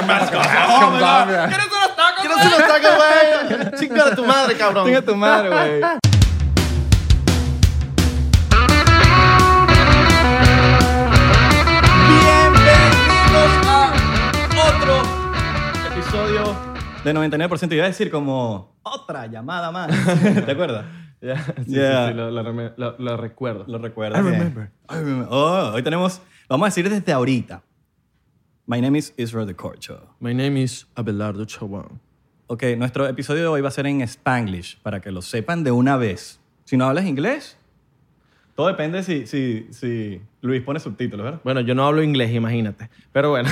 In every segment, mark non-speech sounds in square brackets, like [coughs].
Vasco. Oh my God. ¿Quieres unos tacos? ¿Quieres unos tacos, güey? Chinga a tu madre, cabrón. Tenga tu madre, güey. Bienvenidos a otro episodio. De 99% iba a decir como otra llamada más. ¿Te acuerdas? [laughs] Ya, sí, Yeah. sí, sí, lo, lo reme- lo- lo recuerdo. Lo recuerdas. bien. I remember. Oh, hoy tenemos, vamos a decir desde ahorita. My name is Israel de Corcho. My name is Abelardo Chaguán. Ok, nuestro episodio de hoy va a ser en Spanglish, para que lo sepan de una vez. Si no hablas inglés, todo depende si, si, si Luis pone subtítulos, ¿verdad? Bueno, yo no hablo inglés, imagínate. Pero [laughs] bueno.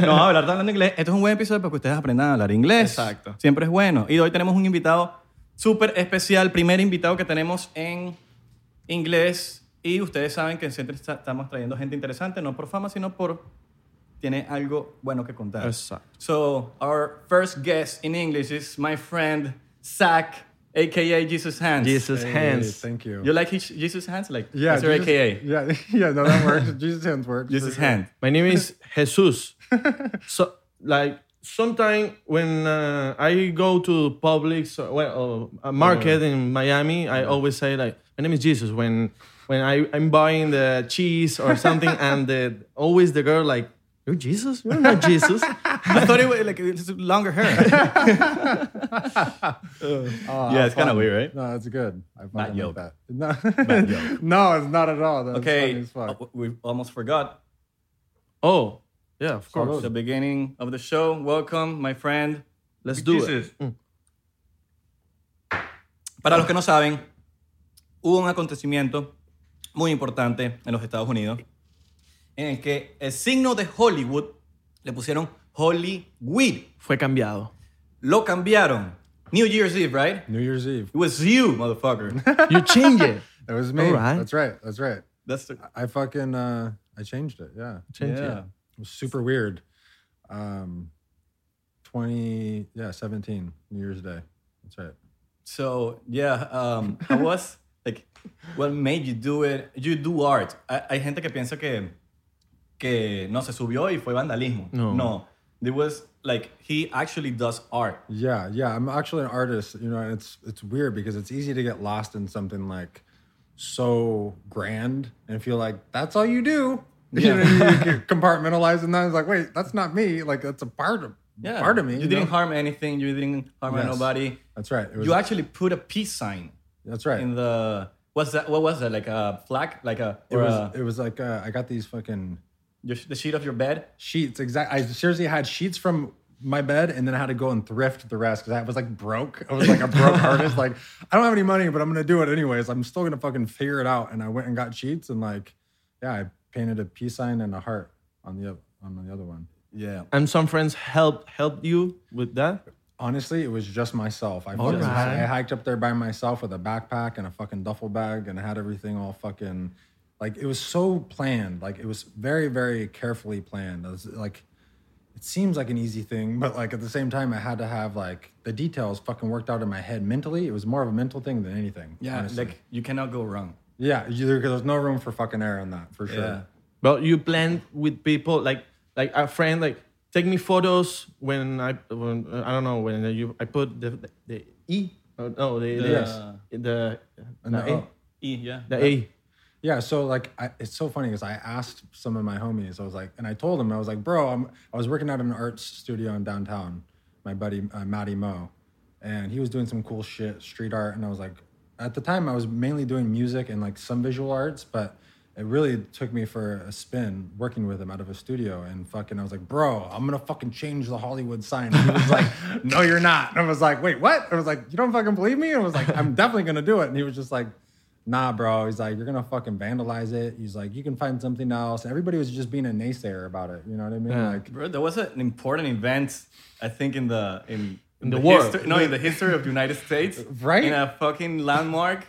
No, hablar está hablando inglés. Esto es un buen episodio para que ustedes aprendan a hablar inglés. Exacto. Siempre es bueno. Y hoy tenemos un invitado súper especial, primer invitado que tenemos en inglés. Y ustedes saben que siempre esta- estamos trayendo gente interesante, no por fama, sino por tiene algo bueno que contar. Exacto. So, our first guest in English is my friend Zach, aka Jesus Hands. Jesus hands. Thank you. You like his- Jesus Hands? Like, yeah, that's your Jesus- aka. [laughs] Yeah, yeah, no, that works. [laughs] Jesus hands works. Jesus Hand. My name is Jesus. [laughs] So, like, sometimes when uh, I go to public so, well, uh, a market in Miami, I always say, like, my name is Jesus. When when I, I'm buying the cheese or [laughs] something, and the, always the girl, like, you're Jesus? You're not [laughs] [laughs] Jesus. I thought it was like it's longer hair. Oh, yeah, it's fun. kind of weird, right? No, it's good. I fucking like yolk. that. [laughs] No. [laughs] no, it's not at all. That's funny Okay, as fuck. uh, we almost forgot Oh, yeah, of course. the beginning of the show. Welcome, my friend. Let's do Jesus. it. Mm. Para los que no saben, hubo un acontecimiento muy importante en los Estados Unidos en el que el signo de Hollywood le pusieron Hollywood. Fue cambiado. Lo cambiaron. New Year's Eve, right? New Year's Eve. It was you, [laughs] motherfucker. You change it. That was me. All right. That's right. That's right. That's the, I fucking uh I changed it. Yeah. Change yeah. it. It was super weird. Um 20 yeah, 17 New Year's Day. That's right. So yeah, um, [laughs] I was like, what made you do it? You do art. Hay, hay gente que piensa que que no se subió y fue vandalismo. No. no, there was like he actually does art. Yeah, yeah. I'm actually an artist, you know, and it's it's weird because it's easy to get lost in something like so grand and feel like that's all you do. [laughs] You know, you get compartmentalized and that it's like, wait, that's not me. Like that's a part of Yeah, part of me. You, you know? didn't harm anything. You didn't harm Yes. nobody. That's right. It was, You actually put a peace sign that's right. in the. What's that? What was that? Like a flag? Like a it or was a, it was like uh, I got these fucking your, the sheet of your bed? sheets. Exactly. I seriously had sheets from my bed, and then I had to go and thrift the rest because I was like broke. I was like a broke artist. Like I don't have any money, but I'm gonna do it anyways. I'm still gonna fucking figure it out. And I went and got sheets, and like, yeah, I painted a peace sign and a heart on the oth- on the other one. Yeah. And some friends help help you with that. Honestly, it was just myself. I, All just- right. I hiked up there by myself with a backpack and a fucking duffel bag and I had everything all fucking like it was so planned. Like it was very, very carefully planned. It was like it seems like an easy thing, but like at the same time, I had to have like the details fucking worked out in my head mentally. It was more of a mental thing than anything. Yeah. honestly. Like you cannot go wrong. yeah, you, there, there's no room for fucking error on that for sure. Yeah. But you plan with people like like a friend like take me photos when I when I don't know when you I put the the, the E oh, no the the, Yes. the, And the the O. E, yeah. A the A Yeah, so like I, it's so funny because I asked some of my homies. I was like, and I told them I was like, bro, I'm, I was working at an arts studio in downtown. My buddy uh, Matty Mo, and he was doing some cool shit, street art, and I was like, at the time I was mainly doing music and like some visual arts, but it really took me for a spin working with him out of a studio and fucking I was like, bro, I'm gonna fucking change the Hollywood sign. And he was like, no, you're not. And I was like, wait, what? I was like, you don't fucking believe me? And I was like, I'm definitely gonna do it. And he was just like, nah, bro. He's like, you're gonna fucking vandalize it. He's like, you can find something else. Everybody was just being a naysayer about it. You know what I mean? Like, Bro, there was an important event, I think, in the in, in the world. histo- no, in the history of United States, Right? In a fucking landmark.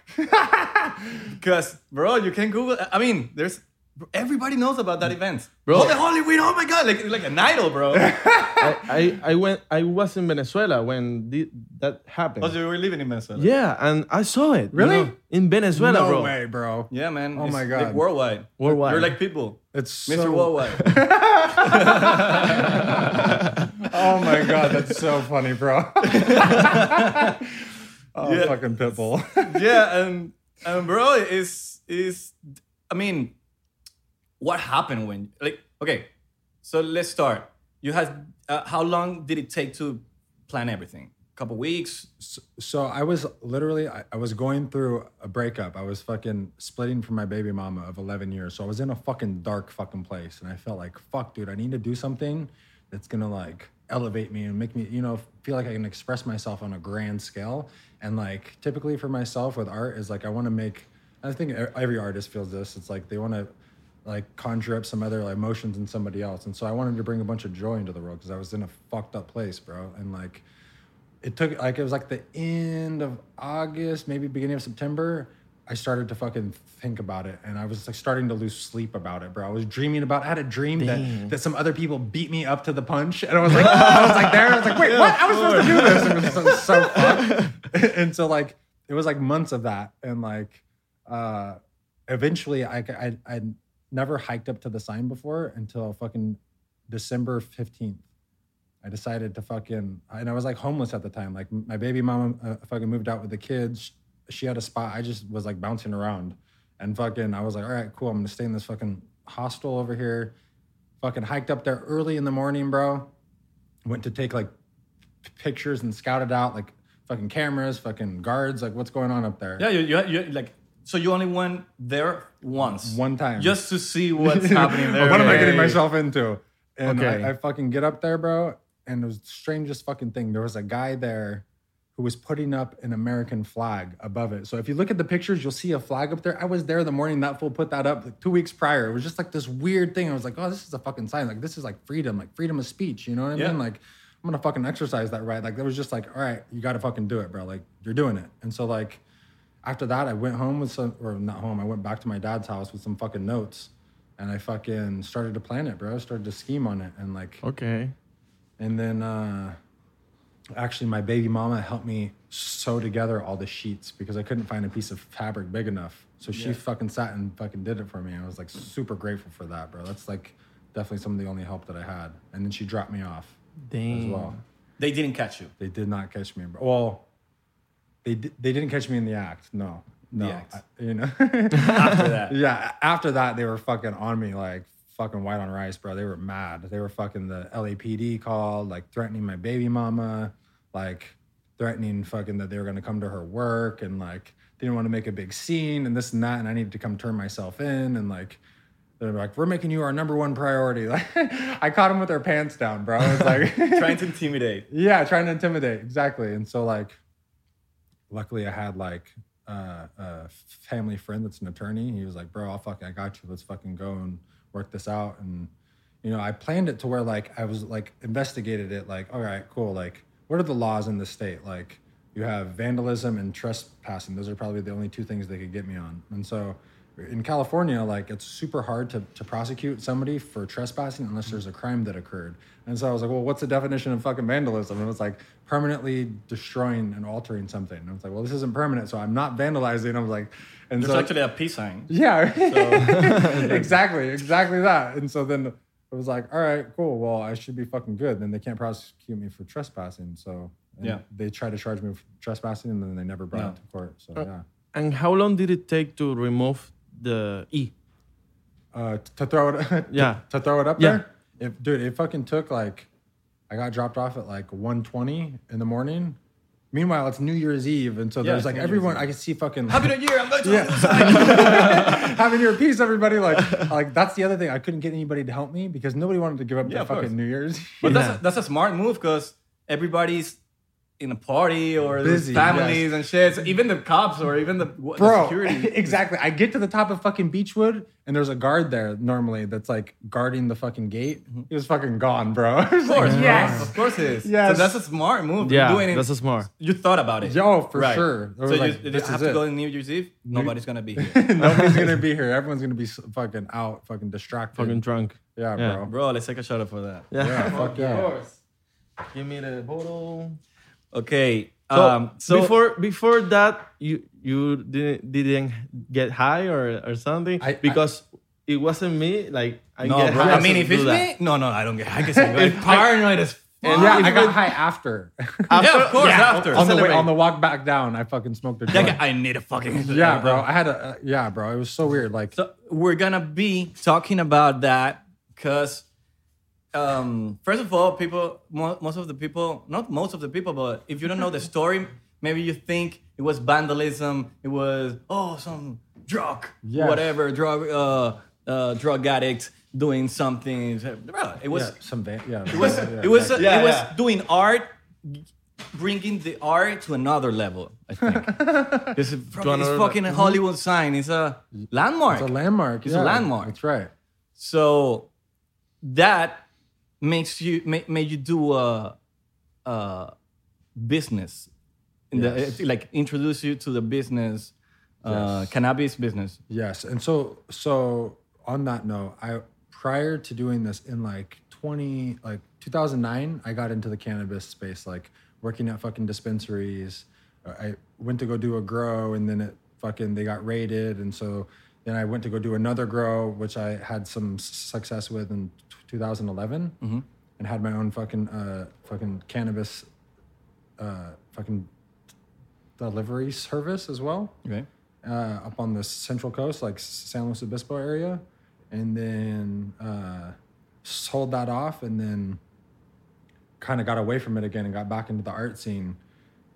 Because, bro, you can Google. I mean, there's everybody knows about that event, Bro. Oh, the Hollywood! Oh my God, like like an idol, bro. Oh, I, I I went I was in Venezuela when the, that happened. Because we were living in Venezuela. yeah, and I saw it. you Really? know, in Venezuela, no bro. way, bro. Yeah, man. Oh It's, my like, God. worldwide. Worldwide. [laughs] You're like people, It's Mr. so Worldwide. Oh my god, that's so funny, [laughs] bro. [laughs] oh, Yeah. fucking [laughs] pitbull. yeah, and and bro, is is I mean, what happened when like okay, so let's start. You had uh, how long did it take to plan everything? couple weeks. so I was literally I, I was going through a breakup. I was fucking splitting from my baby mama of 11 years. So I was in a fucking dark fucking place and I felt like fuck dude, I need to do something that's going to like elevate me and make me, you know, feel like I can express myself on a grand scale. And like typically for myself with art is like I want to make I think e- every artist feels this. It's like they want to like conjure up some other like, emotions in somebody else. And so I wanted to bring a bunch of joy into the world cuz I was in a fucked up place, bro. And like it took like it was like the end of August, maybe beginning of September. I started to fucking think about it, and I was like starting to lose sleep about it, bro. I was dreaming about. I had a dream that, that some other people beat me up to the punch, and I was like, [laughs] I was like there. I was like, wait, what? I was supposed to do this. It was so, so fucked. [laughs] and so like it was like months of that, and like uh, eventually I I I never hiked up to the sign before until fucking December fifteenth. I decided to fucking, and I was like homeless at the time. Like my baby mama uh, fucking moved out with the kids. She had a spot. I just was like bouncing around, and fucking, I was like, all right, cool. I'm gonna stay in this fucking hostel over here. Fucking hiked up there early in the morning, bro. Went to take like p- pictures and scouted out like fucking cameras, fucking guards, like what's going on up there. Yeah, you, you, you like so you only went there once. One time. Just to see [laughs] what's happening there. what am I Okay. getting myself into? And Okay. I, I fucking get up there, bro, and it was the strangest fucking thing. There was a guy there who was putting up an American flag above it. So if you look at the pictures, you'll see a flag up there. I was there the morning that fool put that up like two weeks prior. It was just like this weird thing. I was like, oh, this is a fucking sign. Like this is like freedom, like freedom of speech. You know what I Yeah. mean? Like I'm gonna fucking exercise that right. Like that was just like, all right, you gotta fucking do it, bro. Like you're doing it. And so like after that, I went home with some, or not home, I went back to my dad's house with some fucking notes and I fucking started to plan it, bro. I started to scheme on it. And like, Okay. and then uh, actually, my baby mama helped me sew together all the sheets because I couldn't find a piece of fabric big enough. So she fucking sat and fucking did it for me. I was like super grateful for that, bro. That's like definitely some of the only help that I had. And then she dropped me off as Dang. well. They didn't catch you. They did not catch me. bro. Well, they di- they didn't catch me in the act. No, no, act. I- you know. [laughs] After [laughs] that. yeah. After that, they were fucking on me like fucking white on rice, bro. They were mad. They were fucking the LAPD called, like threatening my baby mama, like threatening fucking that they were gonna come to her work and like they didn't want to make a big scene and this and that, and I needed to come turn myself in and like. They're like, we're making you our number one priority. [laughs] Like, I caught them with their pants down, bro. It's [laughs] like [laughs] Trying to intimidate. yeah, trying to intimidate exactly. And so like, luckily I had like uh, a family friend that's an attorney. He was like, "Bro, I'll fuck, I got you. Let's fucking go and work this out." And you know, I planned it to where like I was like investigated it. Like, all right, cool. Like, what are the laws in the state? Like, you have vandalism and trespassing. Those are probably the only two things they could get me on. And so. In California, like it's super hard to, to prosecute somebody for trespassing unless there's a crime that occurred. And so I was like, well, what's the definition of fucking vandalism? And it was like permanently destroying and altering something. And I was like, well, this isn't permanent, so I'm not vandalizing. I was like, and There's so actually a peace sign. [laughs] yeah, [laughs] [laughs] exactly, exactly that. And so then it was like, all right, cool. Well, I should be fucking good. Then they can't prosecute me for trespassing. So and Yeah. they try to charge me for trespassing, and then they never brought No. it to court. So yeah, And how long did it take to remove the E? uh, t- to throw it, [laughs] to- Yeah. to, throw it up Yeah. there. It, dude, it fucking took like, I got dropped off at like 1.20 in the morning. Meanwhile, it's New Year's Eve, and so there's it's like New Year's everyone. I could [laughs] see fucking [laughs] Happy New Year! I'm going to [laughs] having your piece, everybody. Like, like that's the other thing. I couldn't get anybody to help me because nobody wanted to give up Yeah, their of course. fucking New Year's. But Yeah. [laughs] that's, a, that's a smart move because everybody's in a party or there's Busy, families and shit. So even the cops or even the, the Bro, [laughs] security. exactly. I get to the top of fucking Beechwood, and there's a guard there normally that's like guarding the fucking gate. He was fucking gone, bro. [laughs] I was Mm-hmm. Of course, like, yes. Of course it is. Yes. So that's a smart move. You're Yeah, doing it- that's a smart. You thought about it. Yo, for Right. sure. There So was you like, you this just have is to it. go on New Year's [laughs] Eve. Nobody's gonna be here, Nobody's [laughs] gonna be here. Everyone's gonna be s- fucking out, fucking distracted. Fucking drunk. yeah, yeah. bro. bro. Let's take a shot up for that. Yeah. Yeah, fuck yeah. Give me the bottle. Okay. So, um. So before before that, you you didn't didn't get high or or something I- I- because it wasn't me. Like I no, get bro. high. I mean, so if do it's that. [laughs] me, no, no, I don't get. I guess I'm paranoid as And yeah, if I got we- high after. [laughs] [laughs] yeah, of course, after. on the way, Celebrate. on the walk back down, I fucking smoked a joint. Like, I need a fucking. [laughs] Yeah, bro. I had a uh, yeah, bro. It was so weird. Like, So we're gonna be talking about that because, um, first of all, people, mo- most of the people, not most of the people, but if you don't know [laughs] the story, maybe you think it was vandalism, it was oh some drug, Yes. whatever drug, uh, uh, drug addict doing something. Bro, It was yeah, some van. Yeah, it was it was yeah. it Yeah, was yeah. doing art bringing the art to another level i [laughs] think this is bro, it's another- fucking a hollywood sign it's a landmark It's a landmark. It's a yeah. landmark. That's right. so that makes you ma- made you do a, a business in Yes. the, like introduce you to the business uh, Yes. cannabis business Yes. And so so on that note, I prior to doing this in like 20 like 2009, I got into the cannabis space like working at fucking dispensaries. I went to go do a grow and then it fucking they got raided and so then I went to go do another grow which I had some s- success with in t- 2011 and had my own fucking uh fucking cannabis uh fucking delivery service as well okay uh, up on the central coast, like S- San Luis Obispo area, and then uh, sold that off, and then kind of got away from it again and got back into the art scene,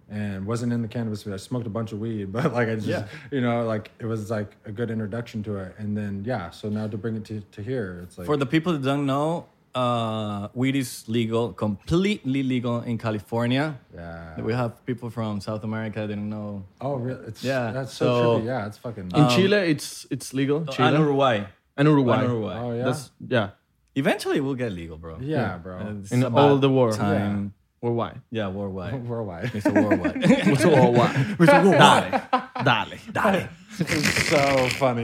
and wasn't in the cannabis. field. I smoked a bunch of weed, [laughs] but like I just, Yeah. you know, like it was like a good introduction to it, and then yeah, so now to bring it to, to here, it's like For the people that don't know, uh, weed is legal, completely legal in California. Yeah. We have people from South America that don't know. oh really? It's, Yeah, yeah, that's so, so- trippy. Yeah, it's fucking. in Chile, it's it's legal. Chile Um, Uh, And Uruguay. and Uruguay. And Uruguay. oh yeah, That's yeah. Eventually, we'll get legal, bro. yeah, bro. It's In about all the world. Time. [laughs] Uruguay. Yeah, [laughs] worldwide. Worldwide. [laughs] it's a [laughs] worldwide. Uruguay. [laughs] Dale. Dale. Dale. so [laughs] [laughs] funny.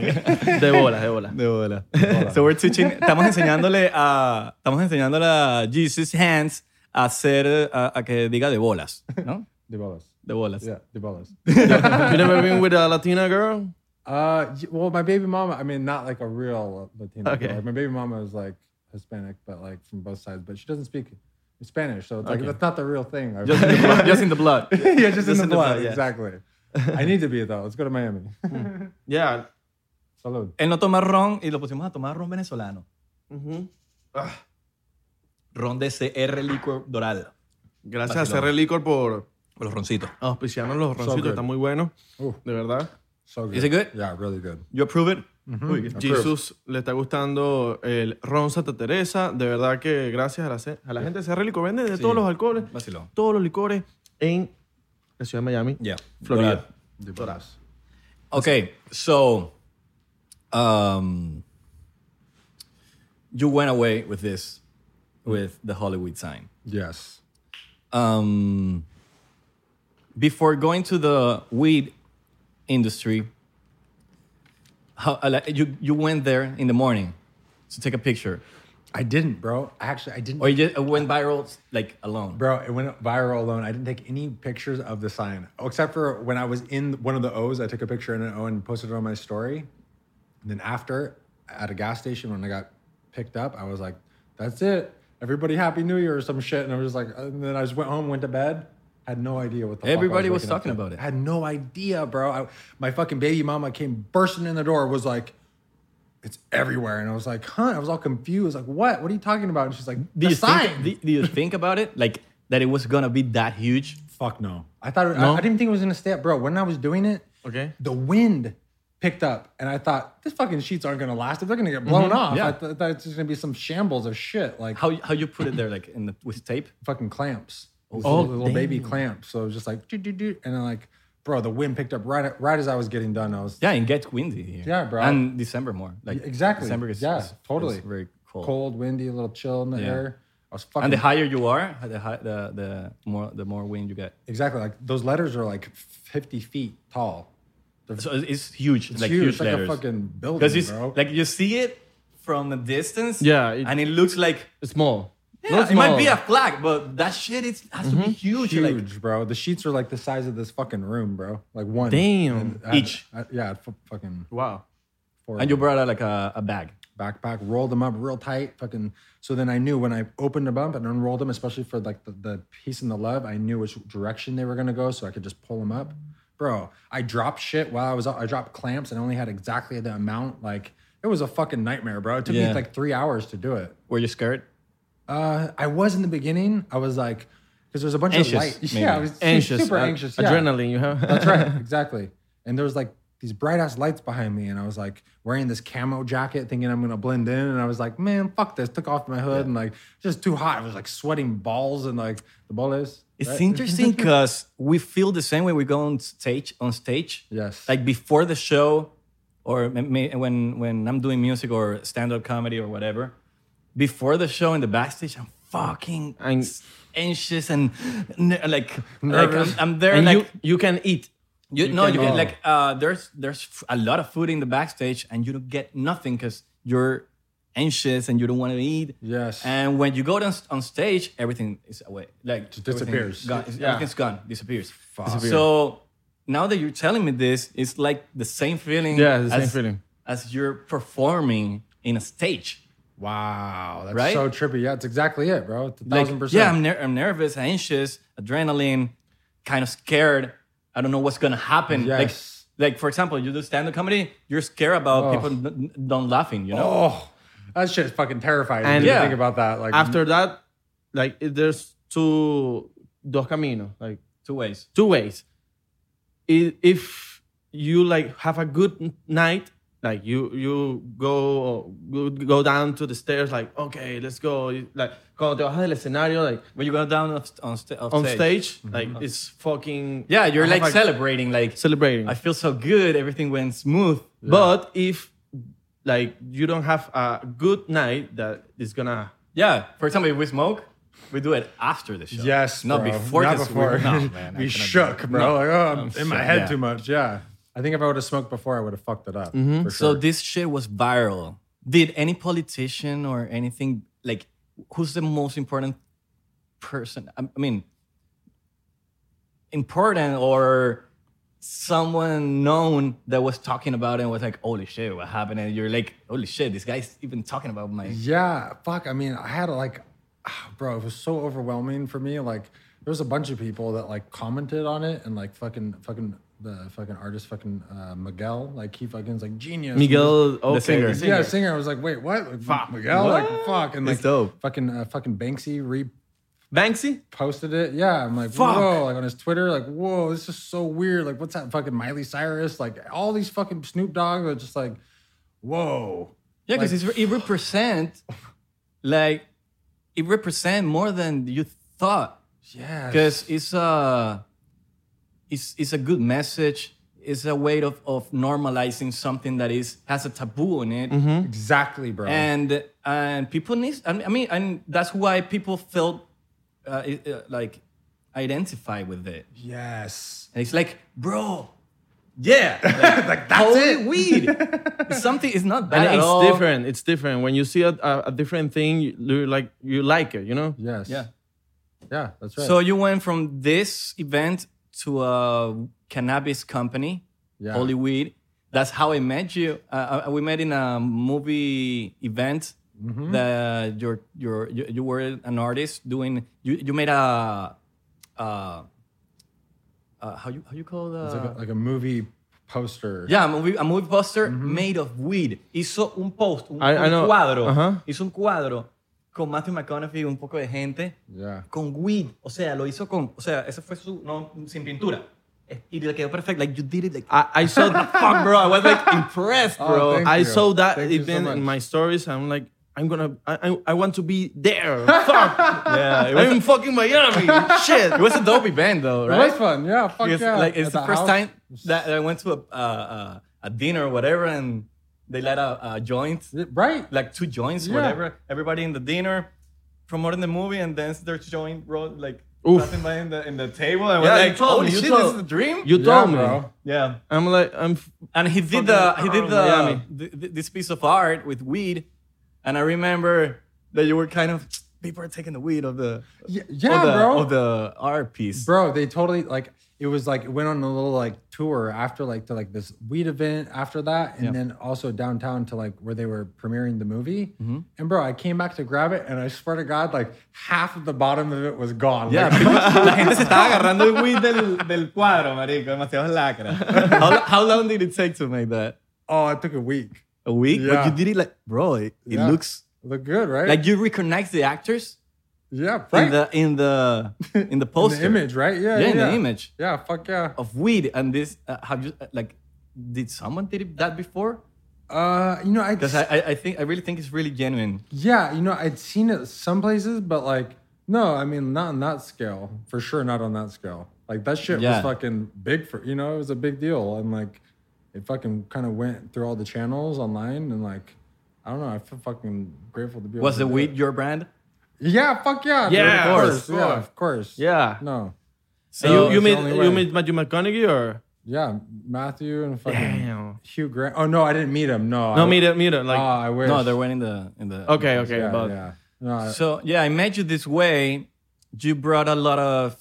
De bola, de bola. De bola. [laughs] So we're teaching, estamos enseñándole a, estamos enseñándole a Jesus Hands a hacer, a, a que diga de bolas, ¿no? De bolas. De bolas. Yeah, de bolas. you never been with a Latina girl? Uh, y- well, my baby mama. I mean, not like a real Latina. Okay. girl. Like, my baby mama is like Hispanic, but like from both sides. But she doesn't speak Spanish, so it's like Okay. that's not the real thing. Just in the blood. [laughs] Just in the blood. [laughs] yeah, just, in the blood. yeah. Exactly. I need to be though. Let's go to Miami. [laughs] Yeah. Salud. Él no toma ron y lo pusimos a tomar ron venezolano. Ah. Mhm. Ron de CR Liquor Dorado. Gracias a CR Licor por Los roncitos. auspiciarnos los roncitos. good. Están muy buenos. Oh, De verdad. so good. Is it good? Yeah, really good. You approve it? Uy, Jesus le está gustando el ron Santa Teresa. De verdad que gracias a la, ce- a la gente de CR Licor. Vende de todos los alcoholes, Vacilón. todos los licores en la ciudad de Miami. Yeah. Florida. De bolas. Okay, so um, you went away with this, with the Hollywood sign. Yes. Um, before going to the weed industry, how, uh, like, you, you went there in the morning to take a picture. I didn't, bro. Actually, I didn't. Or you just it went viral like alone. Bro, it went viral alone. I didn't take any pictures of the sign, except for when I was in one of the O's. I took a picture in an O and posted it on my story. And then after, at a gas station, when I got picked up, I was like, "That's it. Everybody, Happy New Year" or some shit. And I was just like, and then I just went home, went to bed. Had no idea what the fuck I Everybody was waking up talking to. about it. I had no idea, bro. I, my fucking baby mama came bursting in the door, was like, "It's everywhere," and I was like, "Huh?" I was all confused, like, "What? What are you talking about?" And she's like, do "The you sign." think? Do, do you think about it? Like that it was gonna be that huge? Fuck no. I thought it, I- No? I, didn't think it was gonna stay up, bro. When I was doing it, Okay. the wind picked up, and I thought this fucking sheets aren't gonna last. If they're gonna get blown off, Mm-hmm. yeah. I, th- I thought it's just gonna be some shambles of shit, like How how you put it there? Like in the, with tape? fucking clamps. Oh, Oh, little, little baby clamps. So it was just like do do do, and then like, bro, the wind picked up right right as I was getting done. I was Yeah, and get windy here. Yeah, bro. And December more. Like exactly December is yeah, is- is totally very cold. cold, windy, a little chill in the Yeah. air. I was fucking And the higher you are, the high, the the more the more wind you get. exactly like those letters are like fifty feet tall. They're So it's, it's huge. It's like huge, huge, like letters. a fucking building, Because it's bro. like you see it from a distance. Yeah, it- and it looks like. Small. Yeah, Not it might small. Mm-hmm. be a flag, but that shit it has to be huge. Like, huge, bro. The sheets are like the size of this fucking room, bro. Like one. Damn. And I had- Each. I- yeah, I had fu- fucking Wow. four. and you brought out like a, a bag. backpack, rolled them up real tight, fucking. So then I knew when I opened them up and unrolled them, especially for like the, the peace and the love, I knew which direction they were gonna go, so I could just pull them up. Bro, I dropped shit while I was I dropped clamps and only had exactly the amount. Like it was a fucking nightmare, bro. It took Yeah. me like three hours to do it. Were you scared? Uh, I was in the beginning. I was like, because there's a bunch Anxious, of light. [laughs] maybe. Yeah, I was su- Anxious, super uh, anxious. yeah. Adrenaline, you have. [laughs] That's right, exactly. And there was like these bright ass lights behind me, and I was like wearing this camo jacket, thinking I'm gonna blend in. And I was like, man, fuck this. Took off my hood and like just too hot. I was like sweating balls and like the bolas. It's right? [laughs] interesting because we feel the same when we go on stage. On stage, Yes. Like before the show, or m- m- when when I'm doing music or stand-up comedy or whatever, before the show in the backstage, I'm fucking And- s- anxious and n- like, like Nervous. I'm, I'm there and like you, you can eat. You, no, can- you get Oh. like uh, there's there's f- a lot of food in the backstage, and you don't get nothing because you're anxious and you don't want to eat. Yes. And when you go down s- on stage, everything is away, like Just disappears. everything Gone, It's- Yeah. Everything's gone. Disappears. Disappear. So now that you're telling me this, it's like the same feeling. Yeah, the same as- feeling. as you're performing in a stage. Wow, that's Right? so trippy. Yeah, it's exactly it, bro. It's a Like, thousand percent. yeah, I'm, ner- I'm nervous, anxious, adrenaline, kind of scared. I don't know what's gonna happen. Like- Yes. Like, for example, you do stand-up comedy, you're scared about Oh. people n- n- don't laughing. You know, oh, that shit's fucking terrifying. And- And yeah, Yeah. think about that. Like After that, like it- there's two dos caminos, like two ways. two ways. I- If you like have a good n- night, like you you go you go down to the stairs, like okay, let's go. Like cuando te bajas del escenario, like When you go down on, st- on, sta- on stage, like it's fucking Mm-hmm. yeah, you're I like have a- celebrating, like celebrating. I feel so good, everything went smooth. But if like you don't have a good night, that is gonna Yeah, for example, if we smoke, we do it after the show. Yes, not bro. before. Not 'cause we- [laughs] before. no, [laughs] man, I cannot do we shook, that. bro. No. Like, oh, I'm in I'm my shook, head yeah. too much. Yeah, I think if I would have smoked before, I would have fucked it up. For So sure. this shit was viral. Did any politician or anything like who's the most important person? I I mean, important or someone known that was talking about it and was like, "Holy shit, what happened?" And you're like, "Holy shit, this guy's even talking about my." Yeah, fuck. I mean, I had like, [sighs] ah, bro, it was so overwhelming for me. Like, there was a bunch of people that like commented on it and like fucking, fucking, the fucking artist, fucking uh, Miguel, like he fucking is like genius. Miguel okay. singer. the Yeah, singer. I was like, wait, what? Like, fuck, Miguel. Like, fuck, and like, It's dope. fucking, uh, fucking Banksy re Banksy. posted it. Yeah, I'm like, Fuck. whoa, like on his Twitter, like, whoa, this is so weird. Like, what's that fucking Miley Cyrus? Like, all these fucking Snoop Dogg are just like, whoa. Yeah, because it represent like it represent more than you thought. Yeah. because it's a it's it's a good message it's a way of, of normalizing something that is has a taboo in it Exactly, bro. and and people need i mean- I mean and that's why people felt uh, it- uh, like identify with it yes. and it's like bro yeah like, that's it [laughs] weed [laughs] it's something it's not bad And at it's all. different. It's different when you see a, a, a different thing. You you like you like it, you know. Yes. yeah Yeah, that's right. So you went from this event to a cannabis company, Yeah. Holy Weed. That's how I met you. Uh, uh, we met in a movie event Mm-hmm. that you're, you're, you you were an artist doing. You, you made a, uh, uh, how you how you call uh, that? it's like a, like a movie poster. Yeah, a movie, a movie poster made of weed. Hizo un post, un, I- I un know. cuadro. Ajá. Hizo un cuadro con Matthew McConaughey y un poco de gente. Yeah. Con weed. O sea, lo hizo con. O sea, ese fue su. No, sin pintura. Eh, Y le quedó perfecto. Like, you did it. Like, Ah. I, I saw [laughs] fuck, Ah, bro. I was [laughs] like impressed, Oh, bro. thank I you. saw that Thank you so event in much. my stories. I'm like, I'm gonna, I, I, I want to be there. [laughs] Fuck, yeah, it I'm in [laughs] fucking Miami. Shit. it was a dope event, though, It right? was fun. Yeah, fuck Because, yeah. Like, At it's the, first time house. that I went to a, uh, uh, a dinner or whatever, and they let out uh, a joint. Right. like two joints, Yeah. whatever. Everybody in the dinner promoting the movie, and then there's joint road like Oof. passing by in the in the table, and Yeah, we're you like, told "Holy me, you shit, this told- is a dream!" You Yeah, told me. bro. yeah, I'm like, I'm. f- and he did Fucking the he did the, Miami. th- th- this piece of art with weed, and I remember that you were kind of people are taking the weed of the Yeah, of yeah the, bro. of the art piece. Bro, they totally like it was like it went on a little like tour after like to like this weed event after that, and Yeah. then also downtown to like where they were premiering the movie. Mm-hmm. And bro, I came back to grab it, and I swear to God, like half of the bottom of it was gone. Yeah, Like, people- [laughs] [laughs] la gente se estaba agarrando el weed del, del cuadro, marico, demasiados [laughs] lacras. How, how long did it take to make that? oh, it took a week. A week? Yeah. But you did it like, bro, it, it Yeah. looks Look good, right? like you recognize the actors yeah, right. in the in [laughs] the in the In poster, the image, right? Yeah, yeah, yeah, in yeah. the image Yeah, fuck yeah. of weed. And this, uh, have you uh, like, did someone did it, that before? Uh, you know, I Because I, I I think I really think it's really genuine. Yeah, you know, I'd seen it some places, but like, no, I mean, not on that scale. For sure, not on that scale. Like that shit Yeah. was fucking big for you know, it was a big deal, and like, it fucking kind of went through all the channels online, and like, I don't know, I feel fucking grateful to be. able Was to the do weed it. your brand? Yeah, fuck yeah, dude, Yeah, of of course, course, yeah, of course, Yeah. No, And So- you you That's the meet only you way. meet Matthew McConaughey or yeah, Matthew and fucking damn. Hugh Grant. Oh no, I didn't meet him. No, No, I, meet him, meet him. Oh, Like I wish. No, they were in the in the. okay, okay, Yeah, but yeah. No, I- So yeah, I met you this way. You brought a lot of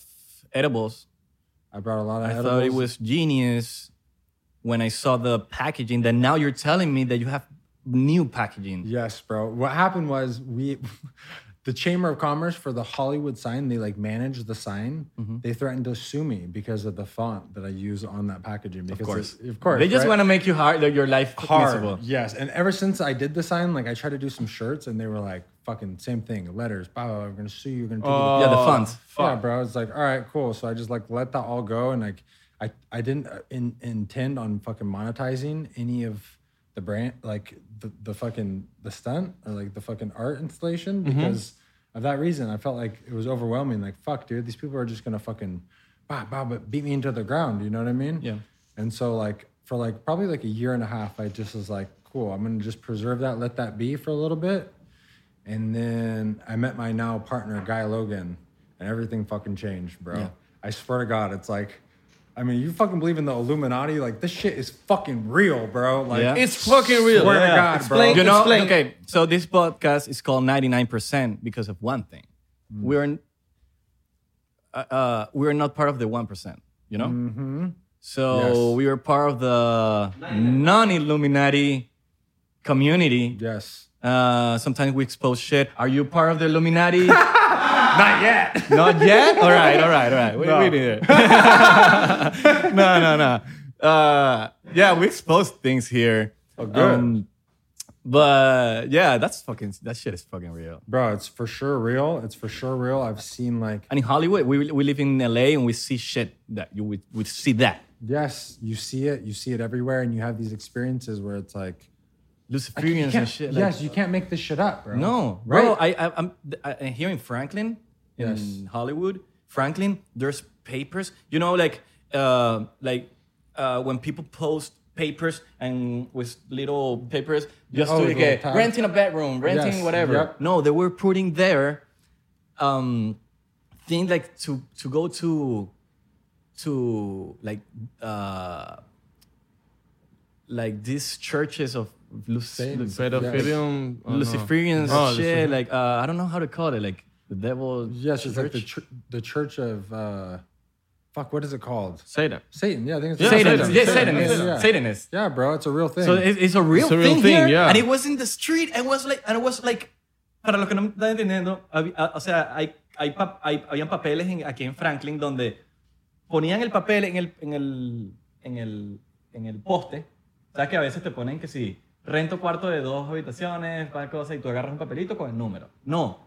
edibles. I brought a lot of. I edibles. thought it was genius when I saw the packaging. That now you're telling me that you have new packaging. Yes, bro. What happened was we, [laughs] the Chamber of Commerce for the Hollywood sign, they like manage the sign. They threatened to sue me because of the font that I use on that packaging. Because course. it- of course. They just right? want to make you hard, like your life hard. miserable. Yes, and ever since I did the sign, like I tried to do some shirts, and they were like, "Fucking same thing, letters. Blah, blah, blah, we're gonna sue you. We're gonna do Oh, Yeah, the fonts. yeah, bro. It's like, all right, cool. So I just like let that all go, and like I I didn't uh, in, intend on fucking monetizing any of the brand, like the the fucking the stunt or like the fucking art installation because of that reason. I felt like it was overwhelming. Like, fuck, dude, these people are just gonna fucking bah, bah, but beat me into the ground. You know what I mean? Yeah. And so like for like probably like a year and a half, I just was like, cool, I'm gonna just preserve that, let that be for a little bit. And then I met my now partner, Guy Logan, and everything fucking changed, bro. Yeah. I swear to God, it's like, I mean, you fucking believe in the Illuminati? Like, this shit is fucking real, bro. Like, Yeah. It's fucking real. Swear to Yeah. God, bro. Explain, You know, explain. okay. So this podcast is called 99% because of one thing. Mm. We're n- uh, uh, we're not part of the 1%, you know? So Mm-hmm. Yes. we are part of the non-Illuminati community. yes. Uh, sometimes we expose shit. Are you part of the Illuminati? [laughs] Not yet. Not yet? All right, all right, all right. We, we did [laughs] it. [laughs] no, no, no. Uh, yeah, we expose things here. Oh, good. but yeah, that's fucking, that shit is fucking real. bro, it's for sure real. It's for sure real. I've seen, like, And in Hollywood, we, we live in LA and we see shit that you would, would see that. yes, you see it. You see it everywhere. And you have these experiences where it's like, you Luciferians can't- and shit. like- yes, you can't make this shit up, bro. No, right? bro. I, I, I'm, I, I'm here in Franklin, in Yes. Hollywood. Franklin, there's papers. You know, like, uh, like uh, when people post papers and with little papers just Oh, to the get tag. renting a bedroom, renting Yes, whatever. yep. No, they were putting there, um, thing like to to go to, to like uh, like these churches of Lucille. Saints. Pedophilium. oh, no. Luciferians Oh, shit. Like uh, I don't know how to call it. Like the devil. Yes, it's like the, church? chur the church of, uh, fuck, what is it called? Satan. Satan. Yeah, I think it's Satan. Satan. Yeah, Satan. Satanist. Yeah. Satanist. Yeah, bro, it's a real thing. So it, it's a real It's a real thing, thing, here, yeah. and it was in the street. And was like, and it was like, para los que no me están entendiendo, hab- ah, o sea, hay, hay, pap- hay- habían papeles en- aquí en Franklin donde ponían el papel en el, en el, en el, en el poste. Sabes que a veces te ponen que si rento cuarto de dos habitaciones, cualquier cosa, y tú agarras un papelito con el número. No,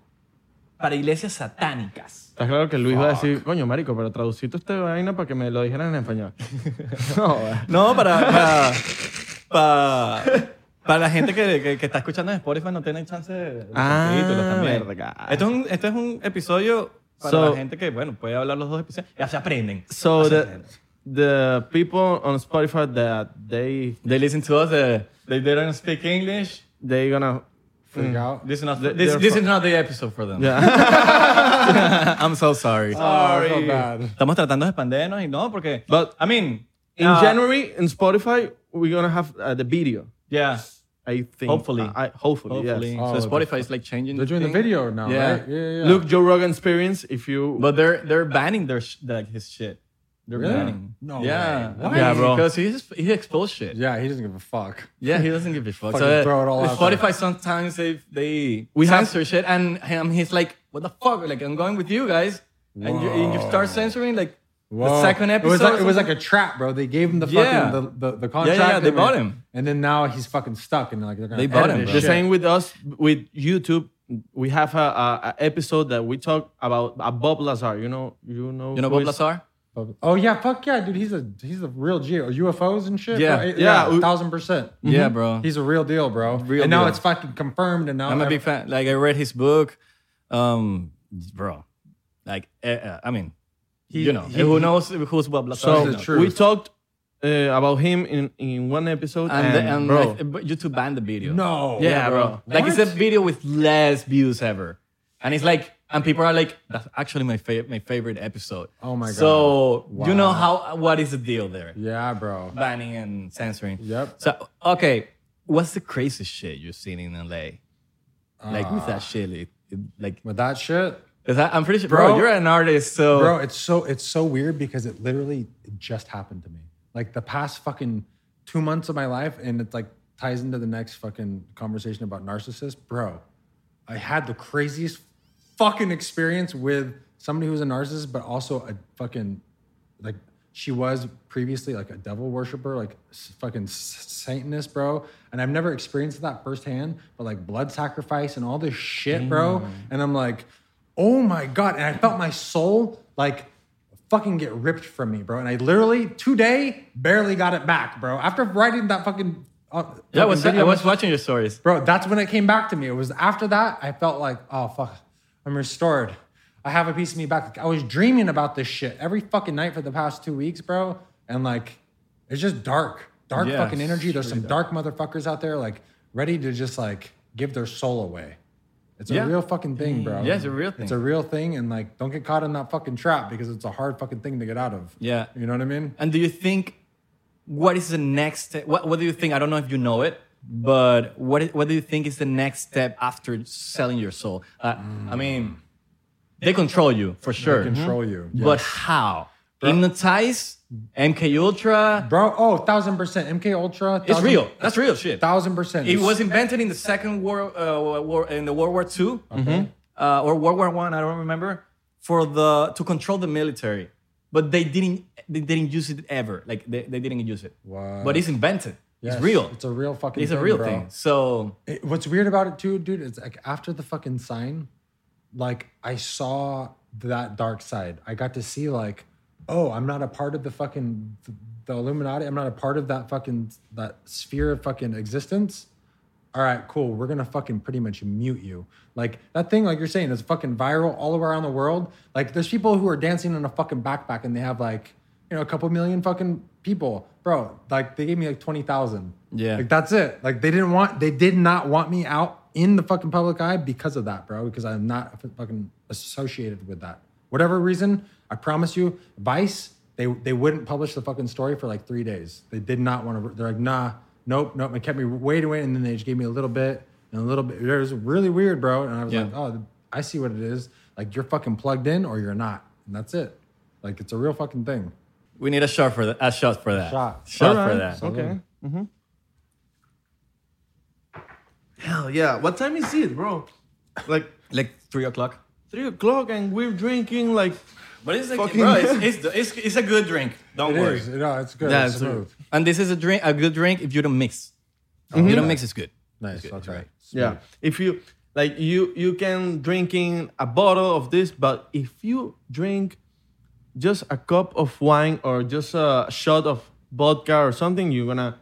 para iglesias satánicas. Está claro que Luis va a decir, coño, marico, pero traducito esta vaina para que me lo dijeran en español. no, No, para, para, para, para la gente que, que, que está escuchando en Spotify no tiene chance de, de los Ah, subtítulos verga. Esto es un, esto es un episodio para So- la gente que, bueno, puede hablar los dos episodios. Ya se aprenden. So Así the aprenden. the people on Spotify that they They listen to us, uh, they, they don't speak English. they gonna freak out. This is not, They- this, they're this fu- is not the episode for them. yeah. [laughs] I'm so sorry. Oh, I feel Sorry. bad. Estamos tratando de expandernos y no, porque, But I mean, in uh, January in Spotify we're gonna have uh, the video. yeah. I think. Uh, Hopefully. I, I- hopefully, yes. Hopefully. Oh, so the- Spotify is like changing. They're doing the thing. video now, Yeah. right? Yeah, yeah. yeah. Look, Joe Rogan Experience. If you But they're they're banning their sh- like his shit. They're Really? banning. No Yeah. way. I mean, Yeah, bro. Because he's he exposed shit. Yeah. yeah, he doesn't give a fuck. [laughs] he doesn't give a fuck. Fucking throw it all with out there. Spotify sometimes they they We have- censor shit and him he's like, what the fuck? Like I'm going with you guys, and you, and you start censoring like the Whoa. second episode. It was, or like, it was like something. a trap, bro. They gave him the Yeah. fucking the, the, the yeah, contract. they and bought then- him. And then now he's fucking stuck, and like they're gonna They bought edit him, his bro. the shit. same with us with YouTube. We have a, a, a episode that we talk about uh, Bob Lazar. You know, you know, you know who Bob is- Lazar? Oh yeah, fuck yeah, dude. He's a he's a real Oh, geo UFOs and shit. Yeah. bro. Yeah. yeah, thousand percent. Mm-hmm. Yeah, bro. He's a real deal, bro. Real and now deal. it's fucking confirmed. And now I'm a ev- big fan. Like I read his book, um, bro. Like eh, uh, I mean, you know, he- who he- knows who's Bob Lazar? So you That's know. the truth. we talked uh, about him in, in one episode, and, and, the- and bro, like, but YouTube banned the video. No. Yeah, bro. Like it's a What? video with less views ever, and it's like, and people are like, that's actually my favorite, my favorite episode. Oh my So God. you know Wow. how what is the deal there? Yeah, bro. Banning and censoring. Yep. So okay, what's the craziest shit you've seen in LA? Like with Ah. that shit, it- it- like With that shit, Is that- I'm pretty sure, bro, Bro. You're an artist, so bro. It's so it's so weird because it literally it just happened to me. Like the past fucking two months of my life, and it's like ties into the next fucking conversation about narcissists, bro. I had the craziest fucking experience with somebody who's a narcissist, but also a fucking like she was previously like a devil worshiper, like s- fucking s- Satanist, bro. And I've never experienced that firsthand, but like blood sacrifice and all this shit, bro. And I'm like, oh my god! And I felt my soul like fucking get ripped from me, bro. And I literally today barely got it back, bro. After writing that fucking uh, yeah, I was, fucking I video- was watching your stories. bro that's when it came back to me it was after that i felt like oh fuck i'm restored i have a piece of me back i was dreaming about this shit every fucking night for the past two weeks bro and like it's just dark dark Yeah, fucking it's energy there's some dark. motherfuckers out there like ready to just like give their soul away it's Yeah. a real fucking thing bro Yeah, it's a real thing. it's a real thing and like don't get caught in that fucking trap because it's a hard fucking thing to get out of Yeah. Mm-hmm. you know what i mean And do you think what is the next? step? What What do you think? I don't know if you know it, but what i- What do you think is the next step after selling your soul? Uh, I mean, they control you for sure, control you Yeah. but how? Hypnotize, MK Ultra. bro oh thousand percent mk ultra It's real. That's real shit. thousand percent It was invented in the second war, uh, war in the World War II uh, or World War One. I, don't remember for the to control the military, but they didn't they didn't use it ever. Like they, they didn't use it. Wow. But it's invented. Yes, It's real. It's a real fucking. It's thing, a real bro. thing. So It- what's weird about it too, dude, is like after the fucking sign, like I saw that dark side. I got to see like, oh, I'm not a part of the fucking the Illuminati. I'm not a part of that fucking that sphere of fucking existence. All right, cool. We're gonna fucking pretty much mute you. Like that thing, like you're saying, is fucking viral all around the world. Like there's people who are dancing in a fucking backpack and they have like, you know, a couple million fucking people, bro. Like they gave me like twenty thousand. Yeah. Like that's it. Like they didn't want, they did not want me out in the fucking public eye because of that, bro. Because I'm not fucking associated with that. Whatever reason, I promise you, Vice, they they wouldn't publish the fucking story for like three days. They did not want to. They're like, nah, nope, nope. It kept me waiting, away, and then they just gave me a little bit and a little bit. It was really weird, bro. And I was Yeah. like, oh, I see what it is. Like you're fucking plugged in or you're not, and that's it. Like it's a real fucking thing. we need a shot for that. A shot for that. Shot. Shot Alright, for that. Okay. hmm Hell yeah! What time is it, bro? Like Like three o'clock. three o'clock, and we're drinking like But it's like, Fucking- bro, [laughs] it's, it's, it's, it's a good drink. Don't It worry. is. No, it's good. Yeah, it's it's a- smooth. and this is a drink, a good drink if you don't mix. Mm-hmm. If you don't mix, it's good. Nice. good, That's it's right. right. yeah. If you like, you you can drinking a bottle of this, but if you drink just a cup of wine or just a shot of vodka or something, you're gonna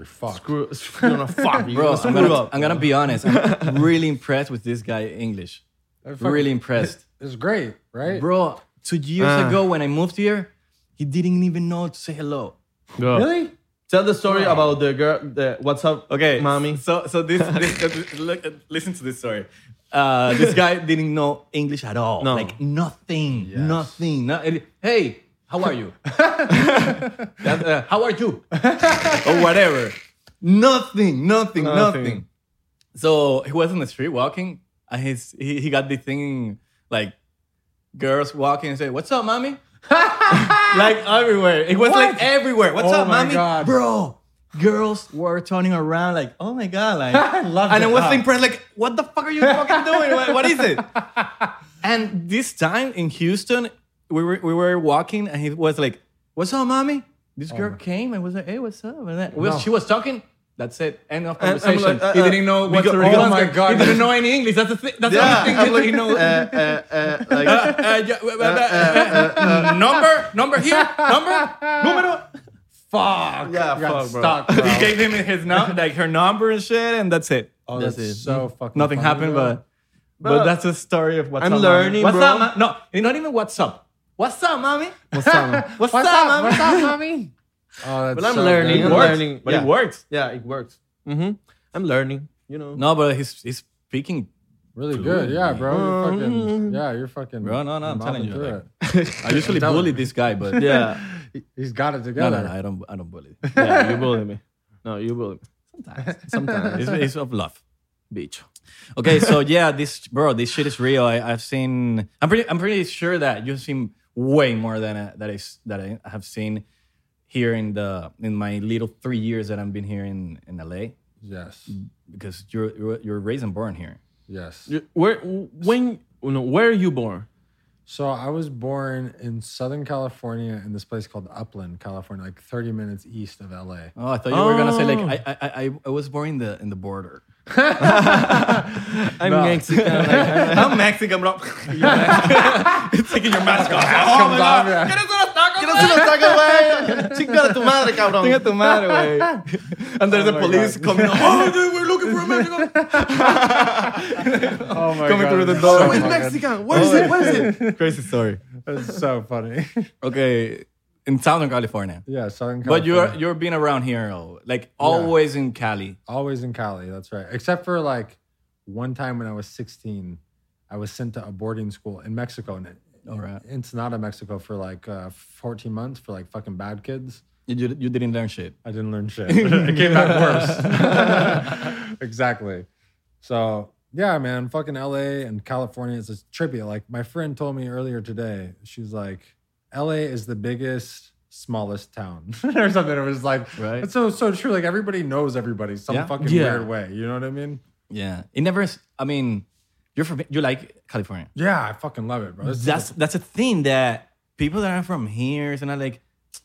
You're fucked. screw. [laughs] You're gonna fuck. Bro, You're gonna I'm screw gonna, up. I'm gonna be honest. I'm really impressed with this guy English. fucking- Really impressed, It's great, right? bro. Two years Ah. ago when I moved here, he didn't even know to say hello. Go. Really? Tell the story about the girl. The what's up? mommy. So, [laughs] so [laughs] this, this look, listen to this story. Uh, this [laughs] guy didn't know English at all. No. Like nothing, nothing. No- and- hey, [laughs] how are you? That, uh, how are you? or whatever. nothing, nothing, nothing. Nothing. So he was on the street walking, and he's, he, he got this thing like girls walking and say, "What's up, mommy?" [laughs] like everywhere. It was like What? everywhere. What's Oh up, my mommy? God. Bro, girls were turning around like, "Oh my god!" [laughs] Like, I love and I it. was Ah. impressed. Like, what the fuck are you fucking doing? What- what is it? [laughs] And this time in Houston, we were we were walking, and he was like, "What's up, mommy?" This girl came and was like, "Hey, what's up?" And that, well, No. she was talking. That's it. End of I'm like, conversation. uh, he uh, didn't know what because- to oh response. my God. He didn't know any English. That's the thing. That's Yeah, the I'm only like, thing that he knows. uh, uh, [laughs] uh, like, Uh, [laughs] uh, yeah, uh, uh, uh, uh, number, number here, number, numero. Fuck. Yeah, You got fuck, bro. stuck, He gave him his num- like her number and shit, and that's it. Oh, That's that's, it. so fucking. Nothing funny, happened, bro. but, but But- that's the story of what's I'm up. learning, mommy. What's bro. up, ma- no, not even what's up. What's up, mommy? what's up? [laughs] What's, up, mommy? What's up, mommy? Oh, that's But I'm so learning, good. I'm It works, learning, but yeah. it works. Yeah, it works. hmm I'm learning, you know. No, but he's he's speaking. Really good, yeah, bro. You're Mm. fucking, yeah, you're fucking. Bro, no, no, I'm mobbing telling you, through like- [laughs] it. I usually telling bully you. this guy, [laughs] but Yeah. he's got it no, together. no, no, I don't, I don't bully. yeah, you bully me. No, you bully me. Sometimes it's, it's of love, bitch. Okay, so yeah, this bro, this shit is real. I, I've seen. I'm pretty. I'm pretty sure that you've seen way more than I, that is that I have seen here in the in my little three years that I've been here in in LA Yes, Mm. because you're you're, you're raised and born here. yes. You- Where when you know, where you born? So I was born in Southern California in this place called Upland, California, like 30 minutes east of LA. Oh, I thought you were gonna say Oh. like I I, I I was born in the in the border. I'm Mexican. I'm Mexican, bro. Taking your mask off. Oh my Comes off, god. yeah. Tenga tu madre, [laughs] güey. And there's the police coming. Oh, dude, we're looking for a [laughs] Mexican. Oh my Coming God, through the it's door. so Oh, it's fucking- Mexican. Where is it? Where is it? Crazy story. [laughs] It's so funny. Okay, in Southern California. yeah, Southern California. But you're you're being around here, oh, like always in Cali. always in Cali. That's right. Except for like one time when I was 16, I was sent to a boarding school in Mexico, in, All right. in Ensenada, Mexico, for like uh, 14 months for like fucking bad kids. You, you, you didn't learn shit. I didn't learn [laughs] shit. [laughs] it came back worse. exactly. So yeah, man, fucking LA and California is just trippy. Like my friend told me earlier today, she's like, LA is the biggest, smallest town [laughs] or something. It was like, Right. It's so so true. Like everybody knows everybody some Yeah. fucking Yeah. weird way. You know what I mean? Yeah, it never. is- I mean, you're from you like California. Yeah, I fucking love it, bro. This is That's that's a thing that people that are from here is not like,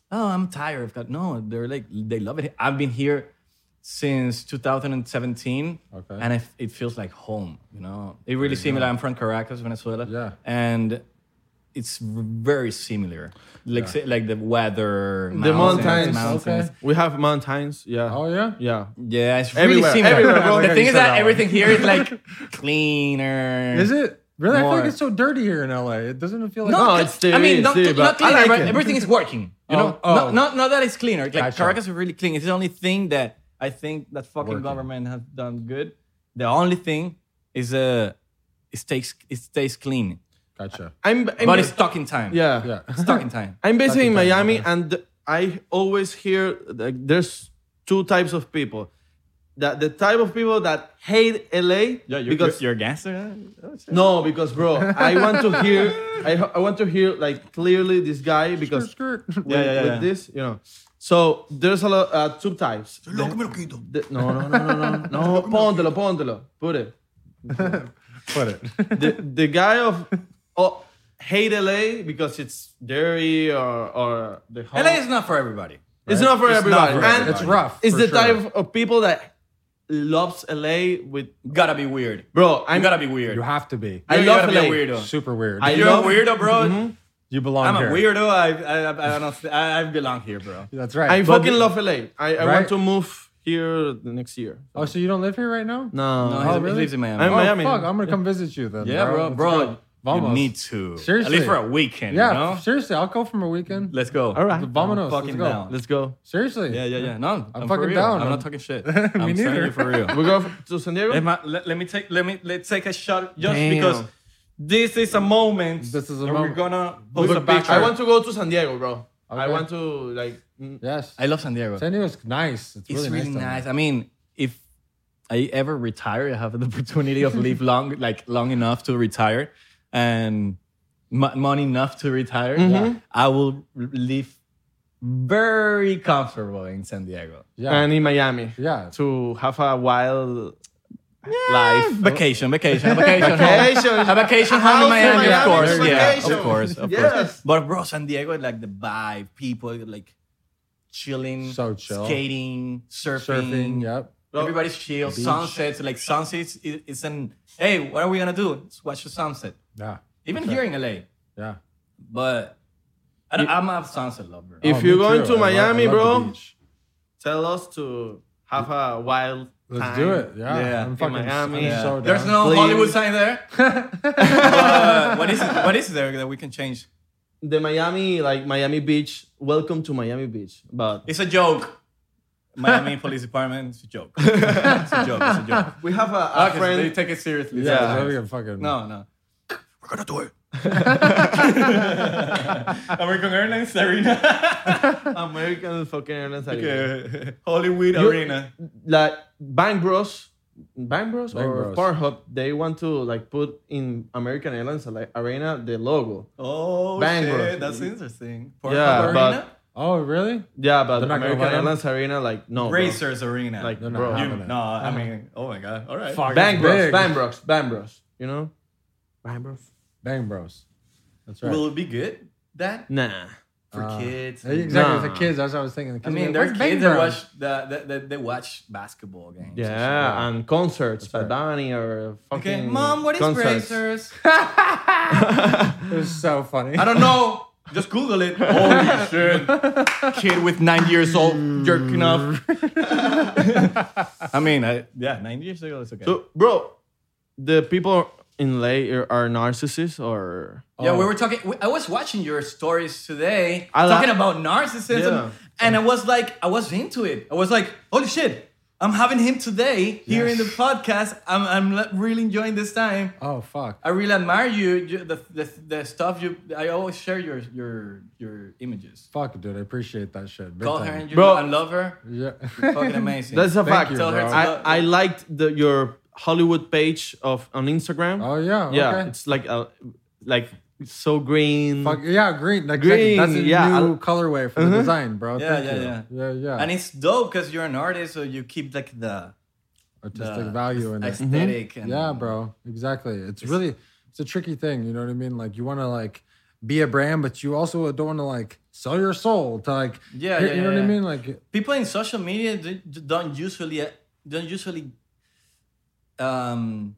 oh, I'm tired of God. No, they're like they love it. I've been here since 2017, Okay. and it, it feels like home. You know, it really similar. I'm from Caracas, Venezuela. Yeah. and it's very similar. Like say, like the weather, The mountains. mountains. Okay. We have mountains. Yeah. oh yeah, Yeah. Yeah, it's Everywhere, really similar. everywhere, bro. The thing is Everywhere. that everything here is like [laughs] cleaner. is it really? I feel like More. it's so dirty here in LA. It doesn't feel like No, it's I mean, still- not, still, not but cleaner, I like but it. everything is working. You know, Oh, Not, oh. not, not that it's cleaner. Like Gotcha. Caracas is really clean. It's the only thing that I think that fucking Working. government has done good. The only thing is uh, it stays it stays clean, gotcha. I'm, I'm but it's stuck in time. yeah. Yeah, stuck in time. I'm based in Fucking time, Miami, okay. and I always hear like there's two types of people. That the type of people that hate LA because you're a gangster. no, because bro, I want to hear, I, I want to hear like clearly this guy because [laughs] skirt. [laughs] with, Yeah, yeah, with yeah. this, you know. So there's a lot uh, two types. The- no, no, no, no, no, no. [laughs] Póntelo, póntelo. Put it. Put it. The, the guy of oh, hate LA because it's dirty or or the whole. LA is not for everybody. It's not for everybody. for and everybody. it's rough. It's for the sure. type of people that loves LA with Gotta be weird. bro. I'm You gotta be weird. You have to be. I you love gotta be a LA. weirdo. Super weird. I- You're a love- weirdo, bro. you belong I'm here. a weirdo. I I I, I, don't, I I belong here, bro. That's right. I But- fucking love LA. I, I want Right? to move here the next year. Oh, so you don't live here right now? No, No, Oh, he- he really? lives in Miami. I'm Oh, Miami. fuck! I'm gonna come visit you then. Yeah, bro, Let's bro. go. you Vamos. need to. At Seriously. least for a weekend, Yeah, you know? seriously, I'll go from a weekend. Let's go. All right, Vamonos, fucking let's go. down. let's go. Seriously. Yeah, yeah, yeah. No, I'm, for fucking real. down. I'm I'm- not talking shit. I'm telling neither. you for [laughs] real. We go to San Diego. Am I- let, let me take let me let's take a shot just Damn. because this is a moment. This is a that moment. We're gonna Look post a back picture. I want to go to San Diego, bro. I Okay. want to like mm, Yes. I love San Diego. San Diego's nice. It's, it's really, nice. down there. I mean, if I ever retire, I have the [laughs] opportunity of live long, like long enough to retire, and mo- money enough to retire. I will r- live very comfortable in San Diego. Yeah. and in Miami Yeah. to have a wild life. Vacation, vacation, a vacation, home. Vacation. a vacation home in House in Miami, of Miami, course, yeah, vacation. of course, of course. Yes. But bro, San Diego, like the vibe, people like chilling, So chill. skating, surfing, Surfing. Yep. Everybody's chill. Beach. Sunsets, like sunsets, i- it's an hey, what are we gonna do? Let's watch the sunset. Yeah. Even here in LA, Yeah. but I don't, I'm a sunset lover. If Oh, you're me going to too. I love- I Miami, love the bro, beach. tell us to have a wild Let's time. do it. Yeah. Yeah. I'm In fucking Miami. I'm so There's down. no Please. Hollywood sign [laughs] there. But what is what is there that we can change? The Miami, like Miami Beach. Welcome to Miami Beach. But It's a joke. Miami Police Department, it's a joke. it's a joke. It's a joke. we have a, a Okay, so friend. Ah, they take it seriously. Yeah, Yeah. so we can fucking- No, no. We're gonna [laughs] do it. American Airlines Arena. American fucking Airlines. Arena. Okay. Hollywood You- Arena. Like Bang Bros, Bang Bros Bang or Bros. Pornhub, they want to like put in American Airlines like Arena the logo. Oh Bang shit, Bros. that's interesting. Yeah, Pornhub but- Arena? Oh, really? Yeah, but They're not gonna American let 'em? Airlines Arena, like no. bro. Racers Arena. Like They're not bro. you, having it. no, I mean, oh my god. All right. Fuck, Bang it's Bros, big. Bang Bros, Bang Bros. You know, Bang Bros. Bang Bros. That's right. Will it be good? That Nah. for Uh, kids. Exactly. The Nah. kids. That's what I was thinking. The I kids mean, are there like, are "What's Bang kids that Bros?" watch the, that, that, that watch basketball games. and shit. Yeah, and concerts, Bad Bunny or fucking. Okay, mom, what is concerts. racers? [laughs] [laughs] It was so funny. I don't know. Just Google it. [laughs] Holy shit. Kid with nine years old jerking off. [laughs] I mean, I, yeah, nine years ago, it's okay. So, bro, the people in LA are, are narcissists or Oh, yeah, we were talking. we- I was watching your stories today, I la- talking about narcissism, Yeah. and I was like, I was into it. I was like, holy shit, I'm having him today here in the podcast. I'm, I'm le- really enjoying this time. Oh fuck. I really admire you, you the, the the stuff you. I always share your your your images. Fuck, dude. I appreciate that shit. Big Call her time. and you Bro. I love her. [laughs] Yeah. Fucking amazing. that's a Thank fact. you, Tell her bro. to I, love- I liked the, your Hollywood page of on Instagram. [laughs] oh yeah. yeah, Okay. it's like a, like so green. Fuck, yeah, green. Like, green. That's a Green, yeah, new I- Mm-hmm. colorway for the design, bro. Yeah, Thank yeah, you. yeah. yeah, yeah. and it's dope because you're an artist, so you keep like the Artistic the value in it. aesthetic. And, Mm-hmm. Yeah, bro. Exactly. It's, really it's a tricky thing. You know what I mean? Like you want to like be a brand, but you also don't want to like sell your soul to like. Yeah, you yeah, know what yeah. I mean? Like People in social media they d- don't usually don't usually. Um,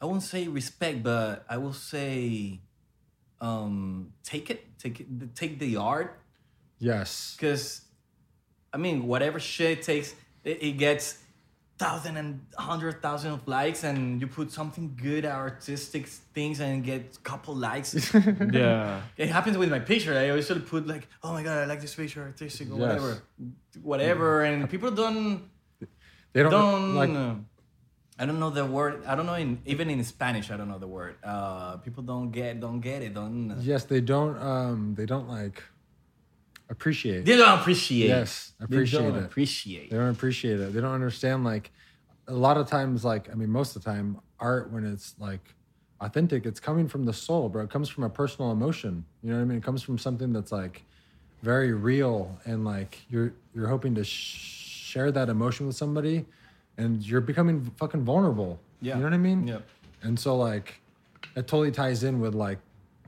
I won't say respect, but I will say, um, take it, take it, take the art yes, because I mean, whatever shit takes, it, it gets thousand and hundred thousand of likes, and you put something good, artistic things, and get couple [laughs] likes. Yeah, it happens with my picture. I always sort of put like, "Oh my god, I like this picture, artistic, or Yes. whatever, whatever," and people don't they don't, don't. like. I don't know the word. I don't know in even in Spanish. I don't know the word. Uh, people don't get don't get it. Don't Yes, they don't. Um, they don't like appreciate. they don't appreciate. Yes, they appreciate don't it. appreciate. They don't appreciate it. They don't understand like a lot of times like I mean most of the time art when it's like authentic it's coming from the soul, bro. It comes from a personal emotion. You know what I mean? It comes from something that's like very real and like you're you're hoping to sh- share that emotion with somebody and you're becoming fucking vulnerable. Yeah. You know what I mean? Yep. And so like it totally ties in with like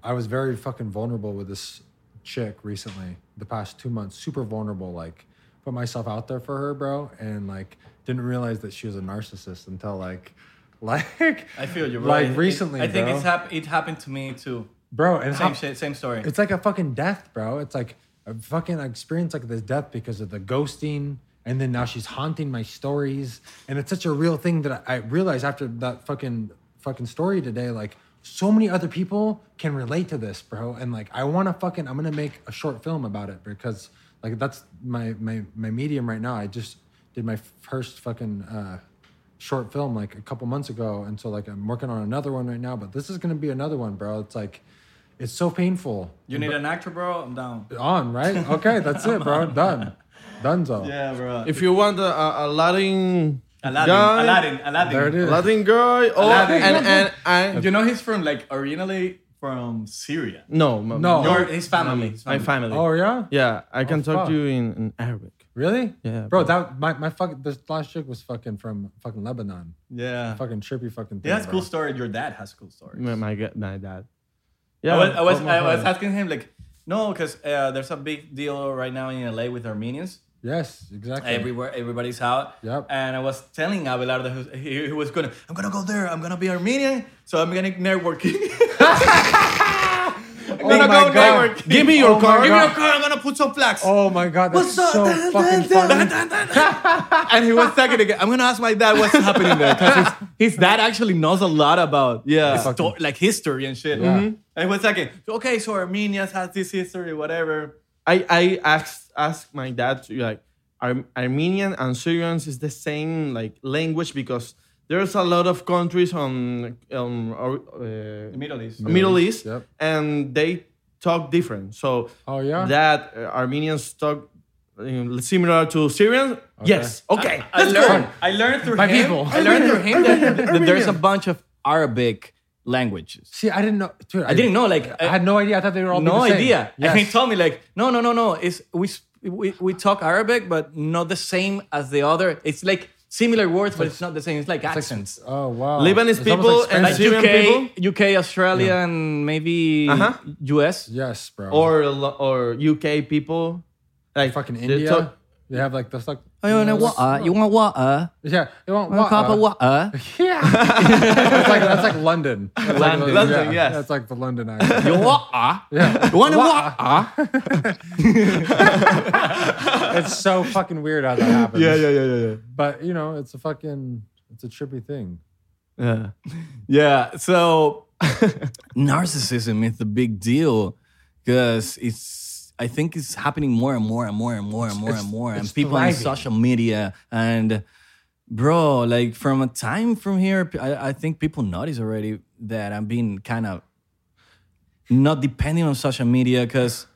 I was very fucking vulnerable with this chick recently, the past two months, super vulnerable, like put myself out there for her, bro, and like didn't realize that she was a narcissist until like [laughs] like I feel you. Bro. Like It- it- recently, I think bro. it's hap- It happened to me too. bro and Same how, shit. Same story. it's like a fucking death, bro. It's like a fucking experience like this death because of the ghosting. And then now she's haunting my stories. And it's such a real thing that I I realized after that fucking fucking story today, like so many other people can relate to this, bro. And like I wanna fucking I'm gonna make a short film about it because like that's my my my medium right now. I just did my first fucking uh short film like a couple months ago and so like i'm working on another one right now but this is going to be another one bro it's like It's so painful. You need an actor, bro? I'm down. On, right? Okay, that's it, bro. Done. Dunzo. Yeah, bro. [laughs] If you want a, a, a Latin Aladdin, guy, Aladdin, Aladdin. There it is. Latin girl, oh, Aladdin. and and and You know he's from like originally from Syria. no, m- No. your- Or his family. his my family. Oh, Oh yeah? Yeah, I can talk fuck. to you in, in Arabic. Really? Yeah, Bro, that my, my fuck this last chick was fucking from fucking Lebanon. Yeah. Fucking trippy fucking thing. He has bro. cool story. Your dad has cool stories. My my, g- my dad. I Yeah, was I was, oh my I was God. asking him like, no, because uh, there's a big deal right now in LA with Armenians. Yes, exactly. Everywhere, everybody's out. Yep. And I was telling Abelardo who's- he, he was gonna, I'm gonna go there. I'm gonna be Armenian, so I'm gonna networking. [laughs] I'm Oh gonna my go God. networking. Give me your Oh my card. Give me your God. car. I'm gonna put some flags. oh my god, that's What's up? so Dun, dun, fucking dun, funny. dun, dun, dun. and he was talking again. I'm gonna ask my dad what's happening there because his, his dad actually knows a lot about Yeah. histo- Fucking- like history and shit. Yeah. Mhm. And he was talking, okay, so Armenia has this history, whatever. I I asked asked my dad to like Ar- Armenian and Syrians is the same like language because there's a lot of countries on um or, The uh, Middle East. Middle East Yep. and they talk different. So Oh yeah. that uh, Armenians talk um, similar to Syrians. Yes. Okay. I let's go. learned, I learned through My him. people. I learned through him that, that there's Armenian. a bunch of Arabic languages. See, I didn't know dude, I didn't know, like, uh, I had no idea. I thought they were all no the same. idea. And he Yes. told me like, no, no, no, no. It's we s- we we talk Arabic, but not the same as the other. It's like similar words, but it's not the same. It's like accents. Oh wow. Lebanese It's almost people like and Spanish. Like UK, Syrian UK, Australia, and maybe Uh-huh. US. Yes, bro. Or lo- or UK people like fucking they India. talk- they have like this like Oh, you want water? You want Uh-huh. water? Yeah, they want Uh, A cup of water. [laughs] water? Yeah. [laughs] that's like that's like London. That's like London, the- London, yeah, yes. That's like the London accent. You water? Yeah. You want a [laughs] Water. water? It's so fucking weird how that happens. yeah, yeah, yeah. But you know, it's a fucking it's a trippy [laughs] thing. Yeah. Yeah. So [laughs] narcissism is the big deal because it's I think it's happening more and more and more and more and more and it's- more and it's people on thriving. social media and bro like from a time from here I, I think people notice already that I'm being kind of not depending on social media because.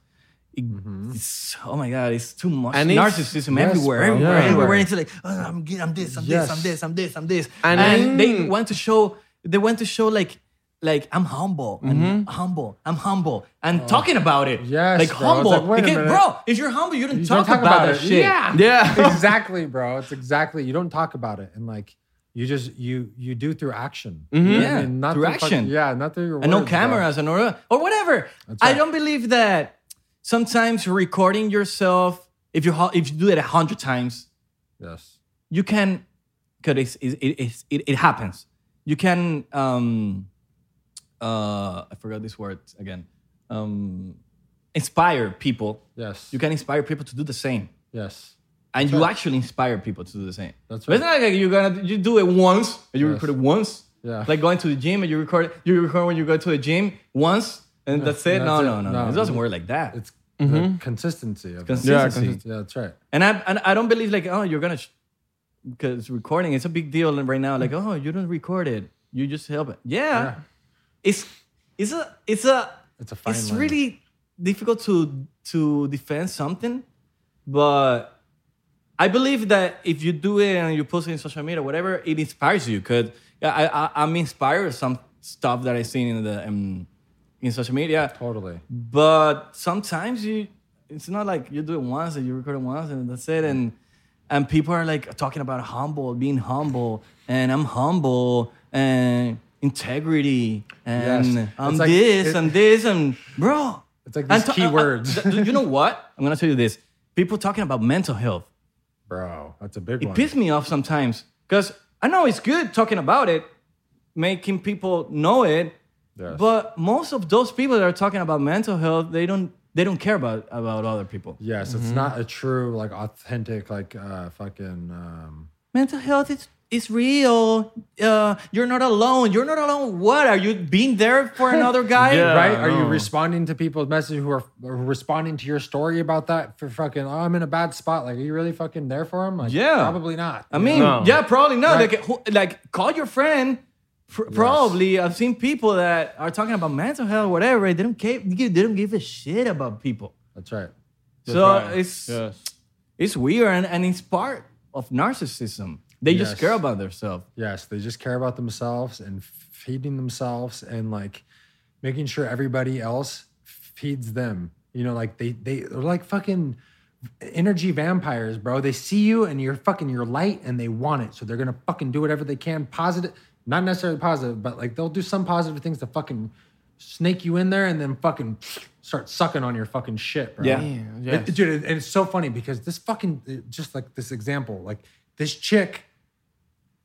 It's, oh my god, it's too much And it's- narcissism Mm-hmm. Yes, everywhere, bro. everywhere, Yeah. everywhere. It's like oh, I'm, I'm this, I'm this, I'm Yes. this, I'm this, I'm this, And and they Mm. then- want to show they want to show like like I'm humble and humble. I'm humble and talking about it. Mm-hmm. Yes, like bro. It's humble. like, wait a Because, minute. bro, if you're humble, you don't You talk, don't talk about, about that it. shit. Yeah. Yeah. [laughs] exactly, bro. It's exactly you don't talk about it and like you just you you do through action. Mm-hmm. Yeah, I mean, not through through fuck- action. yeah, not through your And no words, bro. cameras and or, or whatever. I right. don't believe that sometimes recording yourself if you hu- if you do it a hundred times Yes. you can because it, it, it, it, it happens you can um uh i forgot this word again um inspire people Yes. you can inspire people to do the same Yes. and you actually inspire people to do the same That's But it's not like you're gonna you do it once and you Yes. record it once Yeah. like going to the gym and you record you record when you go to the gym once and that's it that's no, it. no no no No. it doesn't work like that It's the consistency of it. Mm-hmm. consistency consistency. Yeah, that's right. And I and I don't believe like oh you're gonna because recording it's a big deal and right now like oh you don't record it you just help it yeah, Yeah. it's it's a it's a It's a fine it's line. really difficult to to defend something but I believe that if you do it and you post it in social media whatever it inspires you because I, I I'm inspired with some stuff that I seen in the um, in social media Totally. but sometimes you it's not like you do it once and you record it once and that's it and and people are like talking about humble being humble and i'm humble and integrity and Yes. i'm It's like- this it- and this and bro It's like and uh, these to- key words. I, I, th- you know what i'm gonna tell you this people talking about mental health Bro, that's a big it one. pisses me off sometimes because I know it's good talking about it, making people know it, Yes. but most of those people that are talking about mental health, they don't they don't care about about other people. Yes, it's not a true, like authentic, like uh fucking um Mental health is is real. Uh, you're not alone. You're not alone. What are you being there for [laughs] another guy? Yeah. right? Are you no. responding to people's message who are, are responding to your story about that for fucking oh I'm in a bad spot? Like are you really fucking there for them? Like Yeah. probably not. I mean, No. yeah, probably not. Right. Like, who, like, call your friend, Pr- Probably, I've seen people that are talking about mental health, whatever. They don't care. They don't give a shit about people. That's right. so it's yes. it's weird, and, and it's part of narcissism. They just Yes. care about themselves. Yes, they just care about themselves and feeding themselves and like making sure everybody else feeds them. You know, like they they they're like fucking energy vampires, bro. They see you and you're fucking your light and they want it. So they're gonna fucking do whatever they can. Positive, not necessarily positive, but like they'll do some positive things to fucking snake you in there and then fucking start sucking on your fucking shit, bro. Yeah. Damn, It- yes. dude, it- and it's so funny because this fucking just like this example, like this chick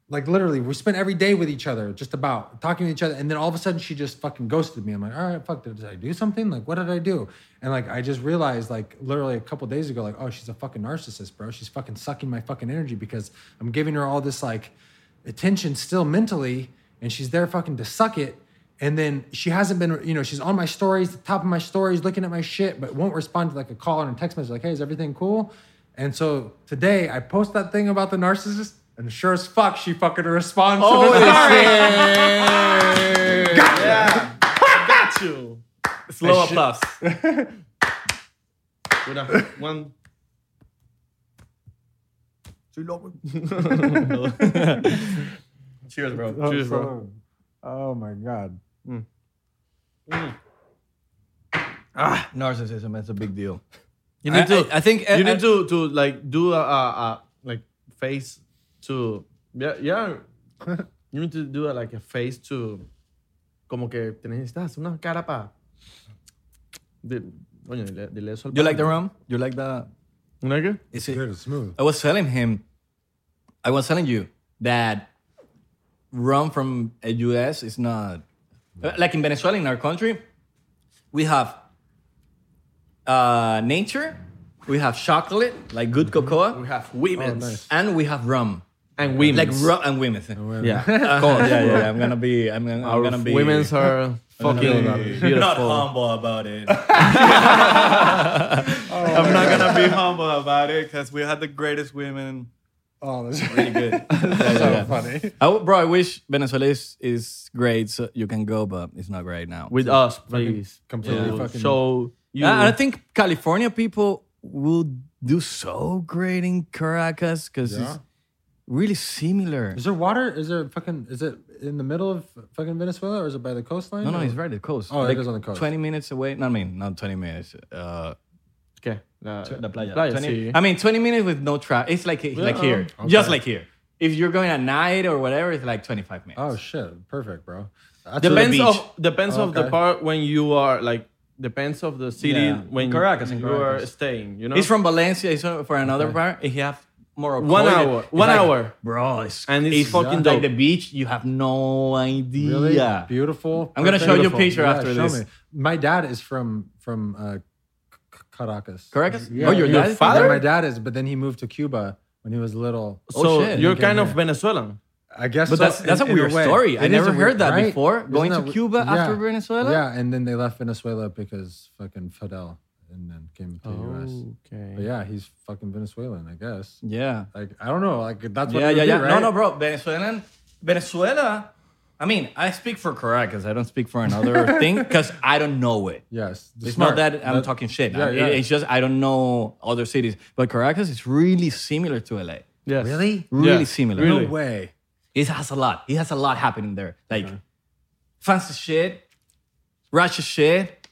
like literally, we spent every day with each other, just about talking to each other, and then all of a sudden she just fucking ghosted me. I'm like, all right, fuck, did I do something? Like, what did I do? And like, I just realized, like, literally a couple days ago, like, oh, she's a fucking narcissist, bro. She's fucking sucking my fucking energy because I'm giving her all this like attention still mentally, and she's there fucking to suck it. And then she hasn't been, you know, she's on my stories, the top of my stories, looking at my shit, but won't respond to like a call or a text message, like, hey, is everything cool? And so today I post that thing about the narcissist, and sure as fuck, she fucking responds Oh, to [laughs] the [laughs] Got story. you. Slow should- applause. With a one. [laughs] Cheers, bro. Cheers, bro. Oh my god. Ah, narcissism. That's a big deal. You need I- to. I- I think- you I- need to to like do a, a, a like face to yeah yeah. [laughs] you need to do a, like a face to como que te necesitas una cara pa. De, coño, dile, dile eso al You like the pana. rum? You like the? You like it? Is it? Good, it's smooth. I was telling him, I was telling you that rum from the U.S. is not like in Venezuela in our country. We have uh, nature, we have chocolate, like good cocoa, We have women nice. and we have rum, and women. like rum and women. Yeah. [laughs] [laughs] Of course, yeah, yeah, yeah. I'm gonna be, I'm gonna, I'm Our gonna be. women's [laughs] are fucking beautiful. not um, humble about [laughs] it. I'm not gonna [laughs] be humble about it because we had the greatest women. Oh, that's Pretty [laughs] good. so funny. I w- bro, I wish Venezuela is, is great so you can go, but it's not great now. with us, please. completely So- fucking- So you. I, I think California people will do so great in Caracas because Yeah. it's really similar. Is there water? Is there fucking? Is it in the middle of fucking Venezuela or is it by the coastline? No, no, Or- it's right at the coast. Oh, it is on the coast. 20 minutes away. No, I mean, not 20 minutes. Uh, ¿Qué? La, the playa. 20 sí. I mean, 20 minutes with no traffic. It's like, like here. Just like here. If you're going at night or whatever, it's like 25 minutes. Oh shit! Perfect, bro. That's The a- ben- depends beach. of depends of the Okay. part when you are like depends of the city Yeah. when Caracas, in you are Caracas. staying. You know, He's from Valencia. He's from- for another part. He have more. One coin. hour. It's One like, hour. bro. It's, And it's fucking like dope. the beach. You have no idea. really beautiful. I'm gonna perfect. show you a Beautiful. picture Yeah, after show this. me. My dad is from from uh, C- Caracas. Caracas? Yeah. Oh, your Your dad is from father? there? My dad is, but then he moved to Cuba when he was little. so Oh, shit. you're Okay, kind of yeah. Venezuelan. I guess. But so, that's- that's a weird way. story. I It is never a weird- heard that right? before, Isn't going to we- Cuba after Venezuela? Yeah, and then they left Venezuela because fucking Fidel, and then came to the U.S. Oh. But Oh, yeah, he's fucking Venezuelan, I guess. Yeah. Like I don't know. Like that's what. Yeah, it yeah, would yeah. Be, No, right? no, bro. Venezuelan. Venezuela. I mean, I speak for Caracas. I don't speak for [laughs] another thing because I don't know it. Yes, the It's smart- not that I'm that- talking shit. Yeah, I- yeah. It's just I don't know other cities. But Caracas is really similar to LA. Yes. Really? Really Yeah. similar. Really. No way. It has a lot. It has a lot happening there. Like fancy shit, ratchet shit,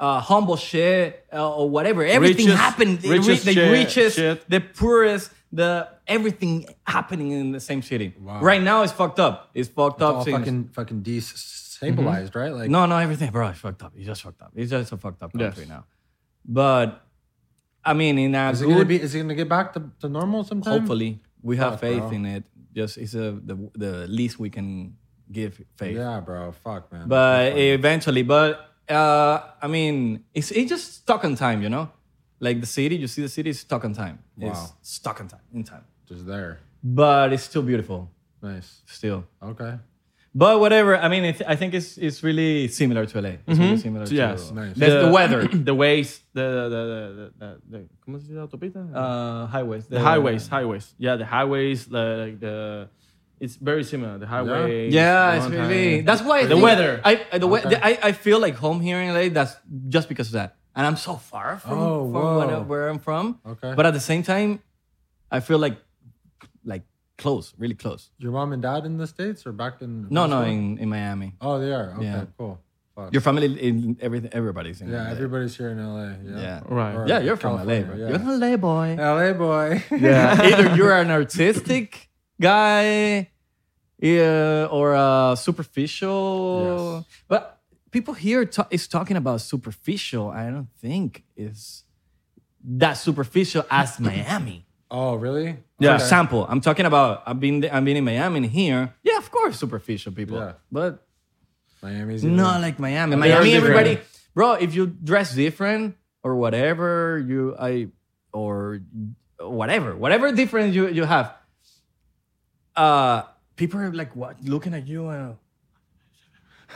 uh, humble shit, uh, or whatever. Everything Richest- happened. The ri- richest the shit- richest, shit. the poorest, the everything happening in the same city. Wow. Right now, it's fucked up. It's fucked It's up. all since- fucking fucking destabilized, right? Like no, no, everything, bro. It's fucked up. It's just fucked up. It's just a fucked up country Yes. now. But I mean, in a Is it good, gonna be? Is it gonna get back to, to normal sometime? hopefully, we have Fuck, faith bro. in it. Just it's a, the the least we can give faith. Yeah, bro. Fuck, man. But eventually, but uh, I mean, it's it's just stuck on time, you know. Like the city, you see the city is stuck on time. Wow. It's stuck on time, in time. just there. But it's still beautiful, Nice. still. Okay. But whatever, I mean, it, I think it's it's really similar to LA. It's really similar to Yes. Mm-hmm. Nice. There's the, weather, [coughs] the ways, the the the the, the, the ¿cómo se dice autopista? uh, highways, the highways, highways. Yeah, the highways, the like the It's very similar. The highway. Yeah, it's long really. time. That's why I The think weather. I I- the we- Okay. I I feel like home here in LA. That's just because of that, and I'm so far from, Oh, from what- whoa. where I'm from. Okay. But at the same time, I feel like like close, really close. Your mom and dad in the states or back in? No, no, Mexico? in, in Miami. oh, they are. Okay, Yeah. cool. Fuck. Your family in everything. Everybody's in. LA. yeah, everybody's here in LA. Yeah. Yeah. Right. Or Yeah, you're from California, LA, bro. yeah. You're an LA boy. LA boy. Yeah. [laughs] Either you're an artistic guy yeah, or a superficial. But people here ta- is talking about superficial. I don't think is that superficial as Miami. [laughs] oh, really? For Yeah. example, I'm talking about I've been I've been in Miami and here. Yeah, of course, superficial people. Yeah. But Miami's not even- like Miami. are Miami, different. everybody, bro. If you dress different or whatever you I or whatever, whatever difference you you have, uh, people are like what looking at you and.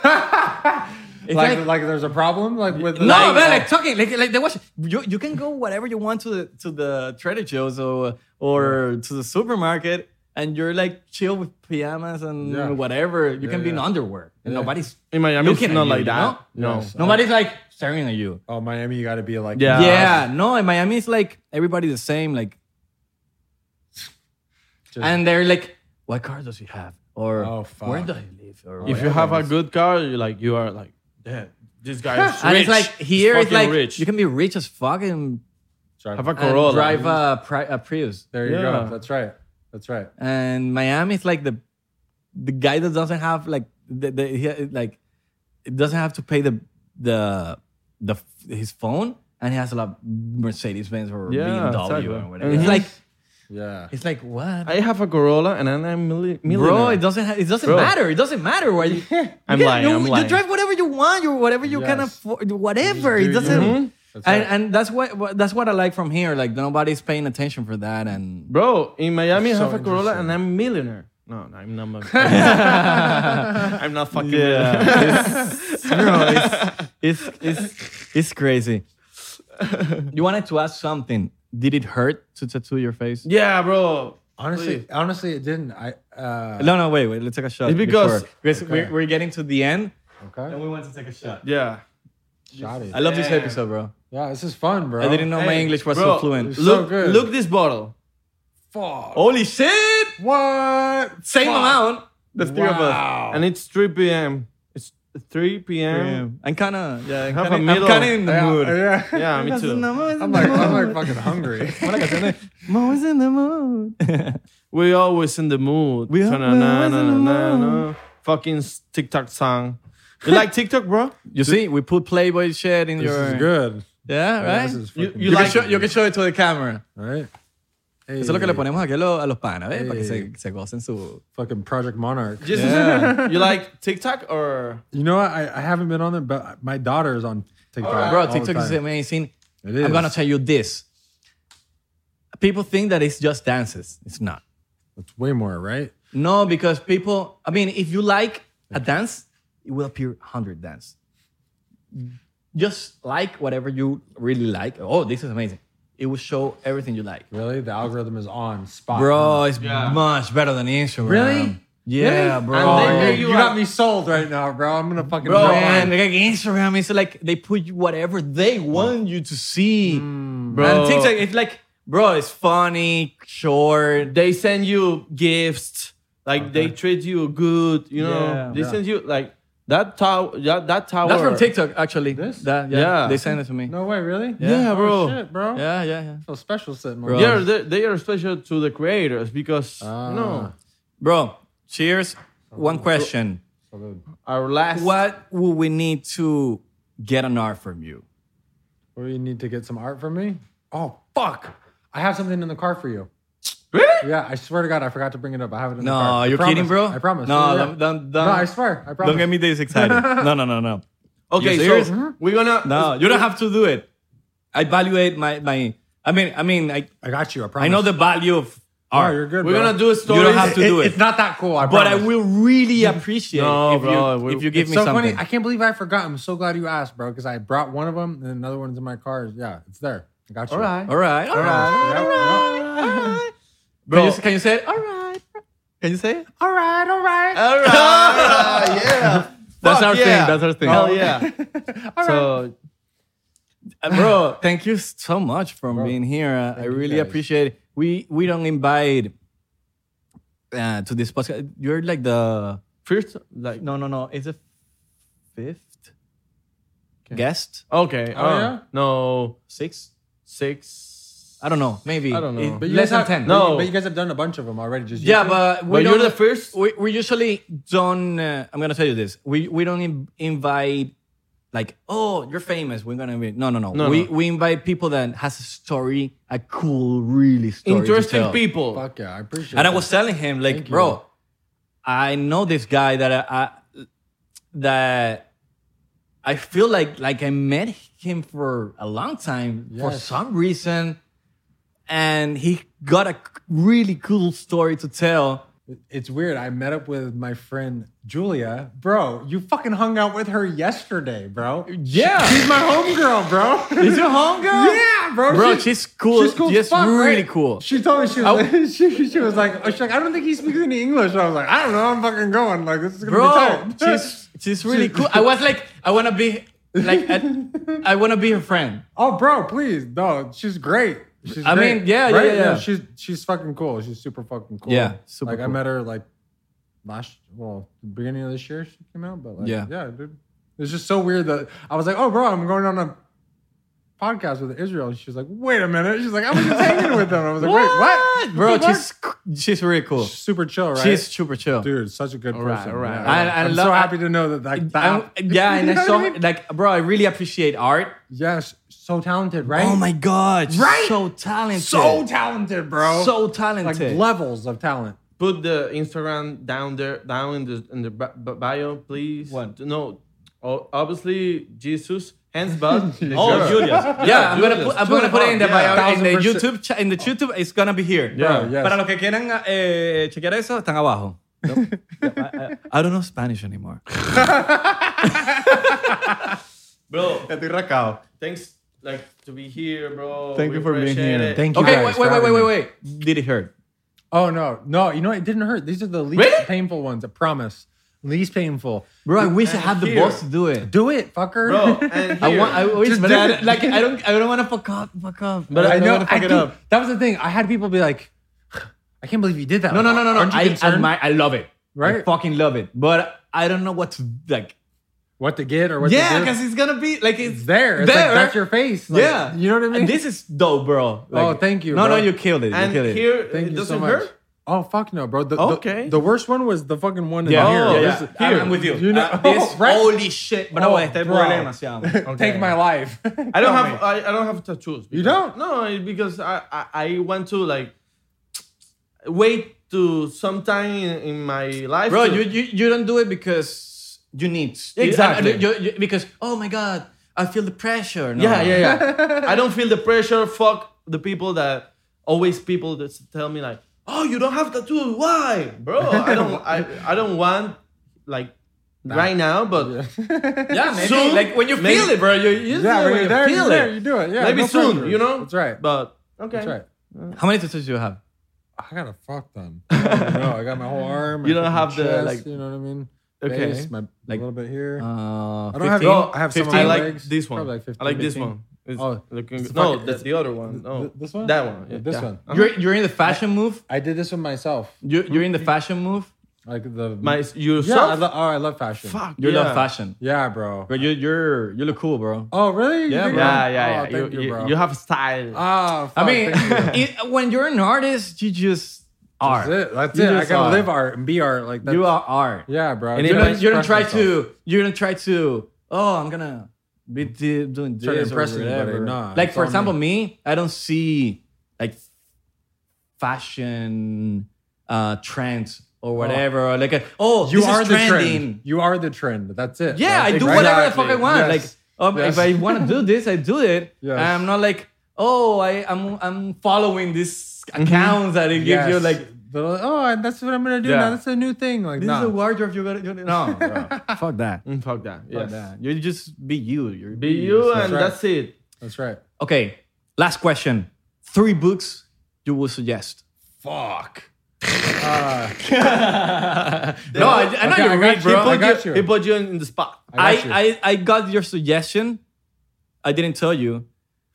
[laughs] It's like, like there's a problem like with the- no, man, like talking, like like they watch. You you can go whatever you want to the to the Trader Joe's or or to the supermarket, and you're like chill with pajamas and Yeah. whatever. You can be in yeah. underwear, and Yeah. nobody's In Miami, it's Looking at not you, like you that. No. Yes. nobody's like staring at you. oh, Miami, you got to be like Yeah. yeah, no, in Miami it's like everybody the same, like, Just- and they're like, what car does he have, or Oh, where fuck. does he live, or If whatever. you have a good car, you like you are like, yeah, this guy is rich. and it's like He's here it's like fucking rich. you can be rich as fuck and, Drive- have a and Corolla. drive a, pri- a Prius. there you Yeah. go. That's right. That's right. and Miami is like the the guy that doesn't have like the, the he, like it doesn't have to pay the the the his phone and he has a lot of Mercedes Benz or Yeah, BMW exactly. or whatever. And It's he's- like Yeah. it's like what, I have a Corolla and I'm a milli- millionaire. bro? It doesn't ha- it doesn't Bro. matter. It doesn't matter why you. I'm you, lying, You, I'm you lying. drive whatever you want. You whatever you can Yes. afford. Whatever. You It do doesn't. Mm-hmm. you. That's And, right. and that's what what- that's what I like from here. Like nobody's paying attention for that, [laughs] and Bro, in Miami, I So have a Corolla interesting. and I'm a millionaire. No, no, I'm not. [laughs] a- I'm not fucking. millionaire. it's it's it's crazy. you wanted to ask something. Did it hurt to tattoo your face? [laughs] Yeah, bro. honestly, honestly, it didn't. I uh, No, no, wait, wait. Let's take a shot. It's because- before. because we're, we're getting to the end, and okay. we want to take a shot. Yeah. Shot it. I love this Damn. episode, bro. Yeah, this is fun, bro. I didn't know my Hey, English was bro, so fluent. so Look, good. look this bottle. Fuck. Holy shit! What? Same amount. The three of Wow. us, and it's 3 p.m. It's 3 p.m. I'm kind of yeah. I'm Have a kinda, I'm middle. kind of in the Yeah, mood. [laughs] yeah. Yeah, me too. I'm like, I'm like [laughs] fucking hungry. Mom's in the mood. We always in the mood. We are- Ta-na-na-na-na-na. we're always in the mood. Fucking s- TikTok song. You like TikTok, bro? [laughs] you see, we put Playboy shit in this your is good. Yeah, right. This is You- fucking you You good. can, like- show, you can show it to the camera. All right. Hey, Eso es lo que le ponemos aquí a, lo- a los panas, ¿ves? Para que Ey. se, se gocen su. Fucking Project Monarch. Just- Yeah. [laughs] you like TikTok or You know, what? I, I haven't been on it, but my daughter is on TikTok. Ah, all Bro, the TikTok is time. amazing. It is. I'm gonna tell you this. People think that it's just dances. It's not. It's way more, right? No, because people. I mean, if you like a dance, it will appear hundred dance. Just like whatever you really like. Oh, this is amazing. It will show everything you like. Really, the algorithm is on spot. Bro, it's Yeah. much better than Instagram. Really? Yeah, Really? bro. Oh, And they- you, they- you got me sold right now, bro. I'm gonna fucking. Bro, go man, on. like Instagram is like they put you whatever they want you to see. Mm. bro? And TikTok, it's like, bro, it's funny, short. they send you gifts like they treat you good you know Yeah. they Yeah. send you like that tower that, that tower That's from TikTok, actually. This? That- yeah, Yeah. They sent it to me. No way, really? Yeah, Oh, bro. shit, bro. Yeah, yeah, yeah. Feel special sitting. Bro. Bro. yeah they, they are special to the creators because Ah. you know Bro, cheers. One question. our last What would we need to get an art from you? Or you need to get some art from me? Oh fuck! I have something in the car for you. really Yeah, I swear to God, I forgot to bring it up. I have it in No, the car. I you're promise. kidding, bro. I promise. No, Yeah, yeah. don't, don't, no, don't, I swear. I promise. don't get me this [laughs] excited. no, no, no, no. okay You serious? so we're gonna No, you don't have to do it. I evaluate my, my I mean, I mean, I, I got you. I promise. I know the value of Oh, art. you're good. we're bro. gonna do a story have to [laughs] do it. It's not that cool. I But I promise. will really appreciate No, if, bro, you, we- if you give It's me so something. funny. I can't believe I forgot. I'm so glad you asked, bro. Because I brought one of them and another one's in my car. Yeah, it's there. I got you. all right all right, all right, Yeah, all right. yeah. Bro, Bro. can you, can you say it? All right. Can you say it? All right, all right. All right. [laughs] yeah. That's Fuck our yeah. thing. That's our thing. Hell yeah. [laughs] so, uh, bro, [laughs] thank you so much for being here. Uh, I you really guys. appreciate it. We we don't invite uh, to this podcast. You're like the First, like, no no no. It's a fifth guest, okay. Oh, uh, yeah? No, six. six. I don't know. Maybe I don't know. It- But you less guys than have, ten. No. But you guys have done a bunch of them already. Just Yeah, YouTube? but we But don't, you're the first. We, we usually don't. Uh, I'm gonna tell you this. We we don't in- invite like oh you're famous. We're gonna invite. No no no. No, we no. we invite people that has a story, a cool, really story. to Interesting tell. people. fuck yeah, I appreciate. And I that. was telling him like, Thank you. bro, I know this guy that I, I that I feel like like I met him for a long time for Yes. some reason, and he got a really cool story to tell. It's weird. I met up with my friend Julia. Bro, you fucking hung out with her yesterday, bro. Yeah. She's my homegirl, bro. [laughs] Is your homegirl? yeah, bro. Bro, She- she's cool. She's She's cool. as fuck, really right? cool. She told me she was, [laughs] like, she, she was like, oh, she's like, I don't think he speaks any English. I was like, I don't know. I'm fucking going. Like, this is gonna Bro, be tight. [laughs] [laughs] she's she's really cool. I was like, I wanna be like, I, I wanna be her friend. oh, bro, please, no, she's great. She's I great, mean, yeah, yeah, right? yeah. She's she's fucking cool. She's super fucking cool. Yeah, super Like I cool. met her like last, well, beginning of this year she came out, but like, Yeah. yeah, yeah, dude. It's just so weird that I was like, oh, bro, I'm going on a podcast with Israel. And she's like, wait a minute. She's like, I was just [laughs] hanging with them. I was like, wait, what? Bro, What the she's she's really cool. fuck? super chill, right? She's super chill. dude, such a good right, person. all right. I- I am love- so happy to know that. Like, I'm- that, yeah, [laughs] and [laughs] You know I what saw I mean? like, bro, I really appreciate art. yes, so talented, right? Oh my god, Right? So talented, so talented, bro. so like talented. levels of talent. Put the Instagram down there, down in the in the bi- bi- bio, please. What? No, oh, obviously Jesus, hands [laughs] but oh Sure. Julius. yeah, I'm gonna Julius. put, I'm gonna put it in the Yeah, bio, in the 1000%. YouTube, cha- in the YouTube, it's gonna be here. Yeah. Bro, yes. Para los que quieran eh, chequear eso, están abajo. [laughs] I, I- I don't know Spanish [laughs] anymore. [laughs] bro. Estoy rascado. Thanks, like to be here, bro. Thank We you for being appreciate here. it. Thank you. Okay, wait, guys wait, for wait, wait, having wait, me. wait. Did it hurt? Oh no, no, you know what? it didn't hurt. These are the least Really? painful ones. I promise. Least painful. Bro, I wish I had the here. balls to do it. Do it, fucker. [laughs] bro. And [laughs] I here. want, I wish, Just but do I, it. don't- like, I don't, I don't want to fuck up, fuck up. but I, don't know. wanna fuck I it did- up. That was the thing. I had people be like, "I can't believe you did that." No, no, no, no, no. Aren't you I concerned admire, I love it. I Right? fucking love it. But I don't know what to like. what to get or what? yeah, to do. because it's gonna be like it's it's there. It's there. Like, that's your face. Like, yeah, you know what I mean. And this is dope, bro. Oh, thank you, No, no, bro. you killed it. and you killed here uh, Thank it you doesn't so much. hurt. Oh fuck no, bro. The, the- Okay. The, worst one was the fucking one in it. Yeah, Oh, here. yeah, Oh, This yeah. is- I'm- I'm with you. You know- Uh, this [laughs] Oh, right. holy shit, bro. Oh, este bro. problema se llama. [laughs] Take my life. I don't have I, I don't have tattoos. You because- don't? No, it- because I, I I want to like wait to sometime in, in my life. bro to- you, you you don't do it because you need You- Exactly. you- you- because oh my god i feel the pressure no, yeah no, Ah, yeah yeah. [laughs] I don't feel the pressure. Fuck the people that always people that tell me like, oh you don't have tattoo. Why, bro? I don't I, I don't want [laughs] like right now, but no. yeah maybe Soon, like when you maybe- feel it bro you, you Yeah, yeah, when when you're you there, feel you're it there, you do it. Yeah, maybe no soon. pressure. You know. That's right. But okay. That's right. Ah, how many tattoos do you have Uh, I got a [laughs] fuck ton. no, I got my whole arm. You my don't have fucking the, chest, like- You know what I mean? Okay. Face, my a Like, little bit here. uh, I don't have. 15? Oh, I have some. on 15. I my like legs, this one. probably like 15, I like this 15. one. It's Oh, looking it's good. No, fucking- the, the other one. No, Th- this one? That one. yeah, This yeah. one. Uh-huh. you're, you're in the fashion move I Mm-hmm. did this one myself. you, you're in the fashion move Like the My Yeah, I yourself. lo- oh, I love fashion. Fuck. you yeah. love fashion Yeah, bro. but you, you're you look cool bro Oh, really? You Yeah, think bro. Yeah, I'm- yeah, oh, yeah. Thank you, you, you, bro. you have style. Ah, i fuck, mean [laughs] thank you. [laughs] it, when you're an artist you just are That's it. That's You it. I just gotta are. live art and be art. Like that's, you are art Yeah, bro. And Just you Yeah, don't, you don't express try myself. to you don't try to oh i'm gonna be di- doing this Try to impress or anybody. whatever. Nah, like it's for all example me i don't see like fashion uh trends or whatever or like a, oh You this are is the trending trend. You are the trend. That's it. yeah i That's do it. whatever the Exactly. fuck i want Yes. like um, Yes. if i want to do this i do it Yes. i'm not like oh i i'm i'm following this accounts that it gives you Yes. like They're like, oh, and that's what I'm gonna do Yeah. now. That's a new thing. Like, this nah. is a wardrobe you gotta you gotta- [laughs] no bro. fuck that Mm, fuck that. Fuck Yes. that. You just be you. You're Be you, That's and right. that's it. that's right. [laughs] Okay, last question. Three books you would suggest. Fuck. no, I, I know Uh, Okay, I you're got right, you. bro. I I, got you. He put you in the spot. I got you. I, I got your suggestion. I didn't tell you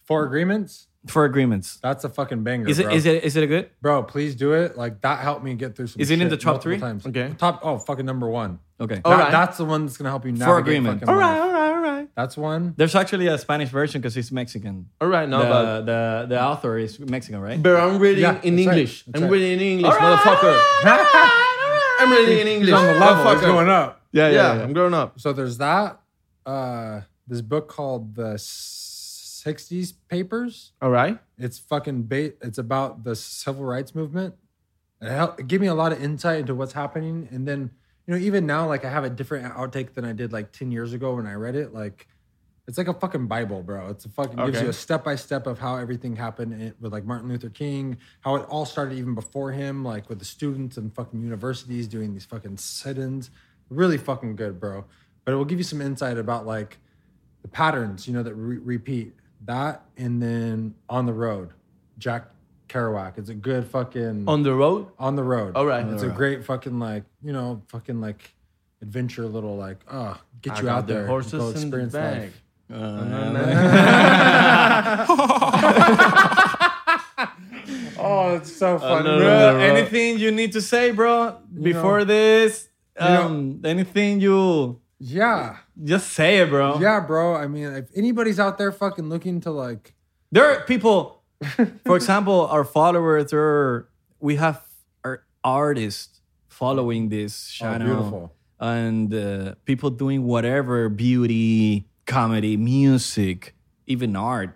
Four agreements. for agreements. That's a fucking banger, Is it bro. is it is it a good? bro? Please do it. Like that helped me get through some. Is it in shit the top multiple three? Times. Okay. Top. Oh, fucking number one. Okay. All That- right. That's the one that's gonna help you navigate. Four agreement. fucking life. all right, all right. That's [laughs] one. There's actually a Spanish version because he's Mexican. All right, no, the, but, the the author is Mexican, right? but I'm reading Yeah, in that's right, English. that's I'm right. reading in English, motherfucker. I'm reading in English. He's on the level. He's motherfucker. going up. Yeah, yeah, yeah. I'm growing up. So there's that. Uh, this book called the '60s Papers. All right. It's fucking bait. It's about the civil rights movement. It helped it gave me a lot of insight into what's happening. And then, you know, even now, like I have a different outtake than I did like 10 years ago when I read it. Like it's like a fucking Bible, bro. It's a fucking gives Okay. you a step by step of how everything happened in- with like Martin Luther King, how it all started even before him, like with the students and fucking universities doing these fucking sit-ins. Really fucking good, bro. But it will give you some insight about like the patterns, you know, that re- repeat that, and then on the road, Jack Kerouac. It's a good fucking on, On the road. the road. All right. it's a great fucking like you know fucking like adventure little like oh get I you got out the there and horses go in the experience back. life. Uh, Uh, Oh, it's so fun. no, no, Bro, no, no. anything you need to say, bro? Before this, um, anything you Yeah, just say it, bro. yeah, bro. I mean, if anybody's out there fucking looking to like There are people, for example, our followers. Or we have our artists following this oh, channel, beautiful, and uh, people doing whatever beauty, comedy, music, even art.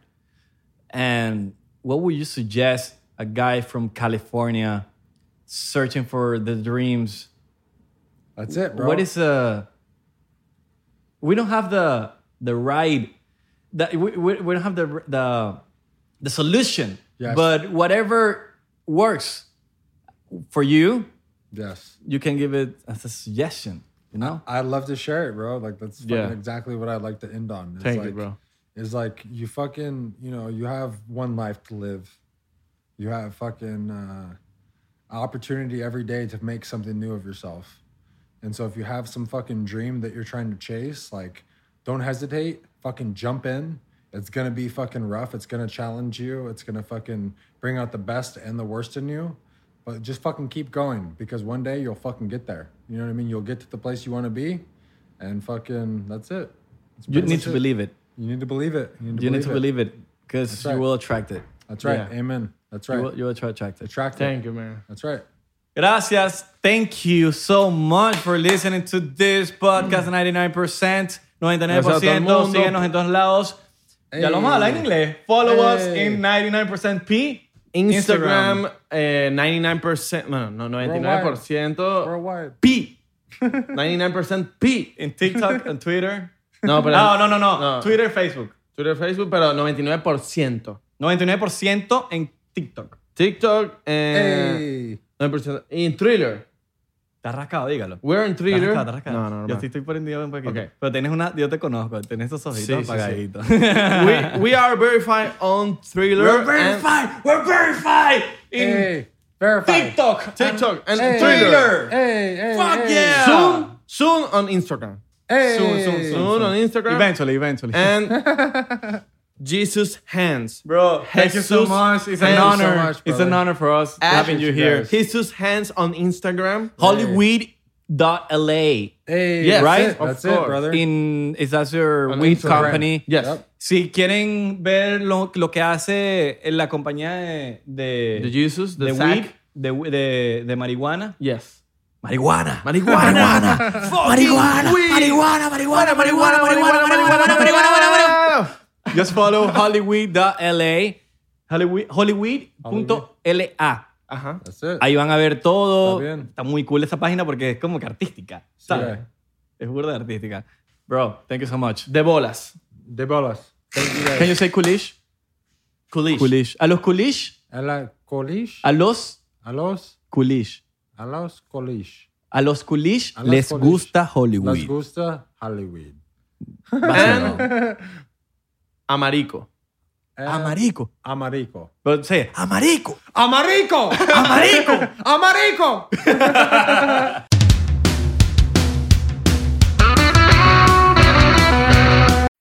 And what would you suggest a guy from California searching for the dreams? that's it, bro. What is uh We don't have the the right that we, we, we don't have the the the solution. Yes. But whatever works for you, yes? you can give it as a suggestion. You know. I'd love to share it, bro. Like that's fucking Yeah. exactly what I'd like to end on. It's Thank you, like, bro. Is like you fucking, you know, you have one life to live. You have fucking uh, opportunity every day to make something new of yourself. And so if you have some fucking dream that you're trying to chase, like don't hesitate, fucking jump in. It's gonna be fucking rough. It's gonna challenge you. It's gonna fucking bring out the best and the worst in you. But just fucking keep going because one day you'll fucking get there. You know what I mean? You'll get to the place you wanna be and fucking that's it. That's You pretty need much to it. believe it. You need to believe it. You need to, You believe, need to it. believe it because right. you will attract it. That's right. Yeah. Amen. That's You right. will, you will attract it. Attract it. Thank you, man. That's right. Gracias. Thank you so much for listening to this podcast Mm. 99%. 99%. mundo. Síguenos en todos lados. Ya lo vamos a hablar en inglés. Follow us Hey. in 99%P. Instagram, eh, 99%, no, no, 99%. [laughs] Worldwide. P. 99% P. In TikTok and Twitter. No, pero No, no, no, no. No. Twitter, Facebook. Twitter, Facebook, pero 99%. 99% en TikTok. TikTok and Hey. 9%. In Thriller. Está rascado, dígalo. We're in Está Thriller. rascado, está rascado. No, no, Yo no. sí estoy prendido un poquito. Ok. Pero tienes una... Yo te conozco. Tienes esos ojitos Sí, sí, sí. apagaditos. [laughs] we, we are verified on Thriller. We're and verified! We're verified! In Hey. Verify. TikTok! TikTok and Hey. Thriller. Thriller. Hey. hey Fuck hey. yeah! Soon, soon on Instagram. Hey. Soon, soon, soon. Soon on Instagram. Eventually, eventually. And [laughs] Jesus Hands. [laughs] Bro, thank you so Jesus, much. It's an thank you so honor. much, it's brother. an honor for us having you here. Jesus Hands on Instagram. Hollyweed.la Hey. Yes, that's right? It. Of That's it, course. brother. in is that your weed Instagram. company. Yes. Yep. Si quieren ver lo, lo que hace en la compañía de de, The Jesus, the de Zach. weed, de, de, de [laughs] marihuana. Yes. [laughs] Marihuana. Marihuana. Marihuana. Marihuana. Marihuana. Marihuana. Marihuana. Marihuana. Marihuana. Just follow hollyweed.la. Hollywood- Hollyweed.la. Ajá. That's it. Ahí van a ver todo. Está Está, bien. muy cool esa página porque es como que artística. ¿sabes? Yeah. Es burda de artística. Bro, thank you so much. De bolas. De bolas. Thank you Can guys. you say coolish? Coolish. Coolish. A los coolish. A la colish. A los A los. coolish. A los colish. A los coolish A los les coolish. gusta Las Hollywood. gusta Hollywood. Básalo. Amarico. Amarico. Amarico. But say it. Amarico. Amarico! Amarico. [laughs] Amarico!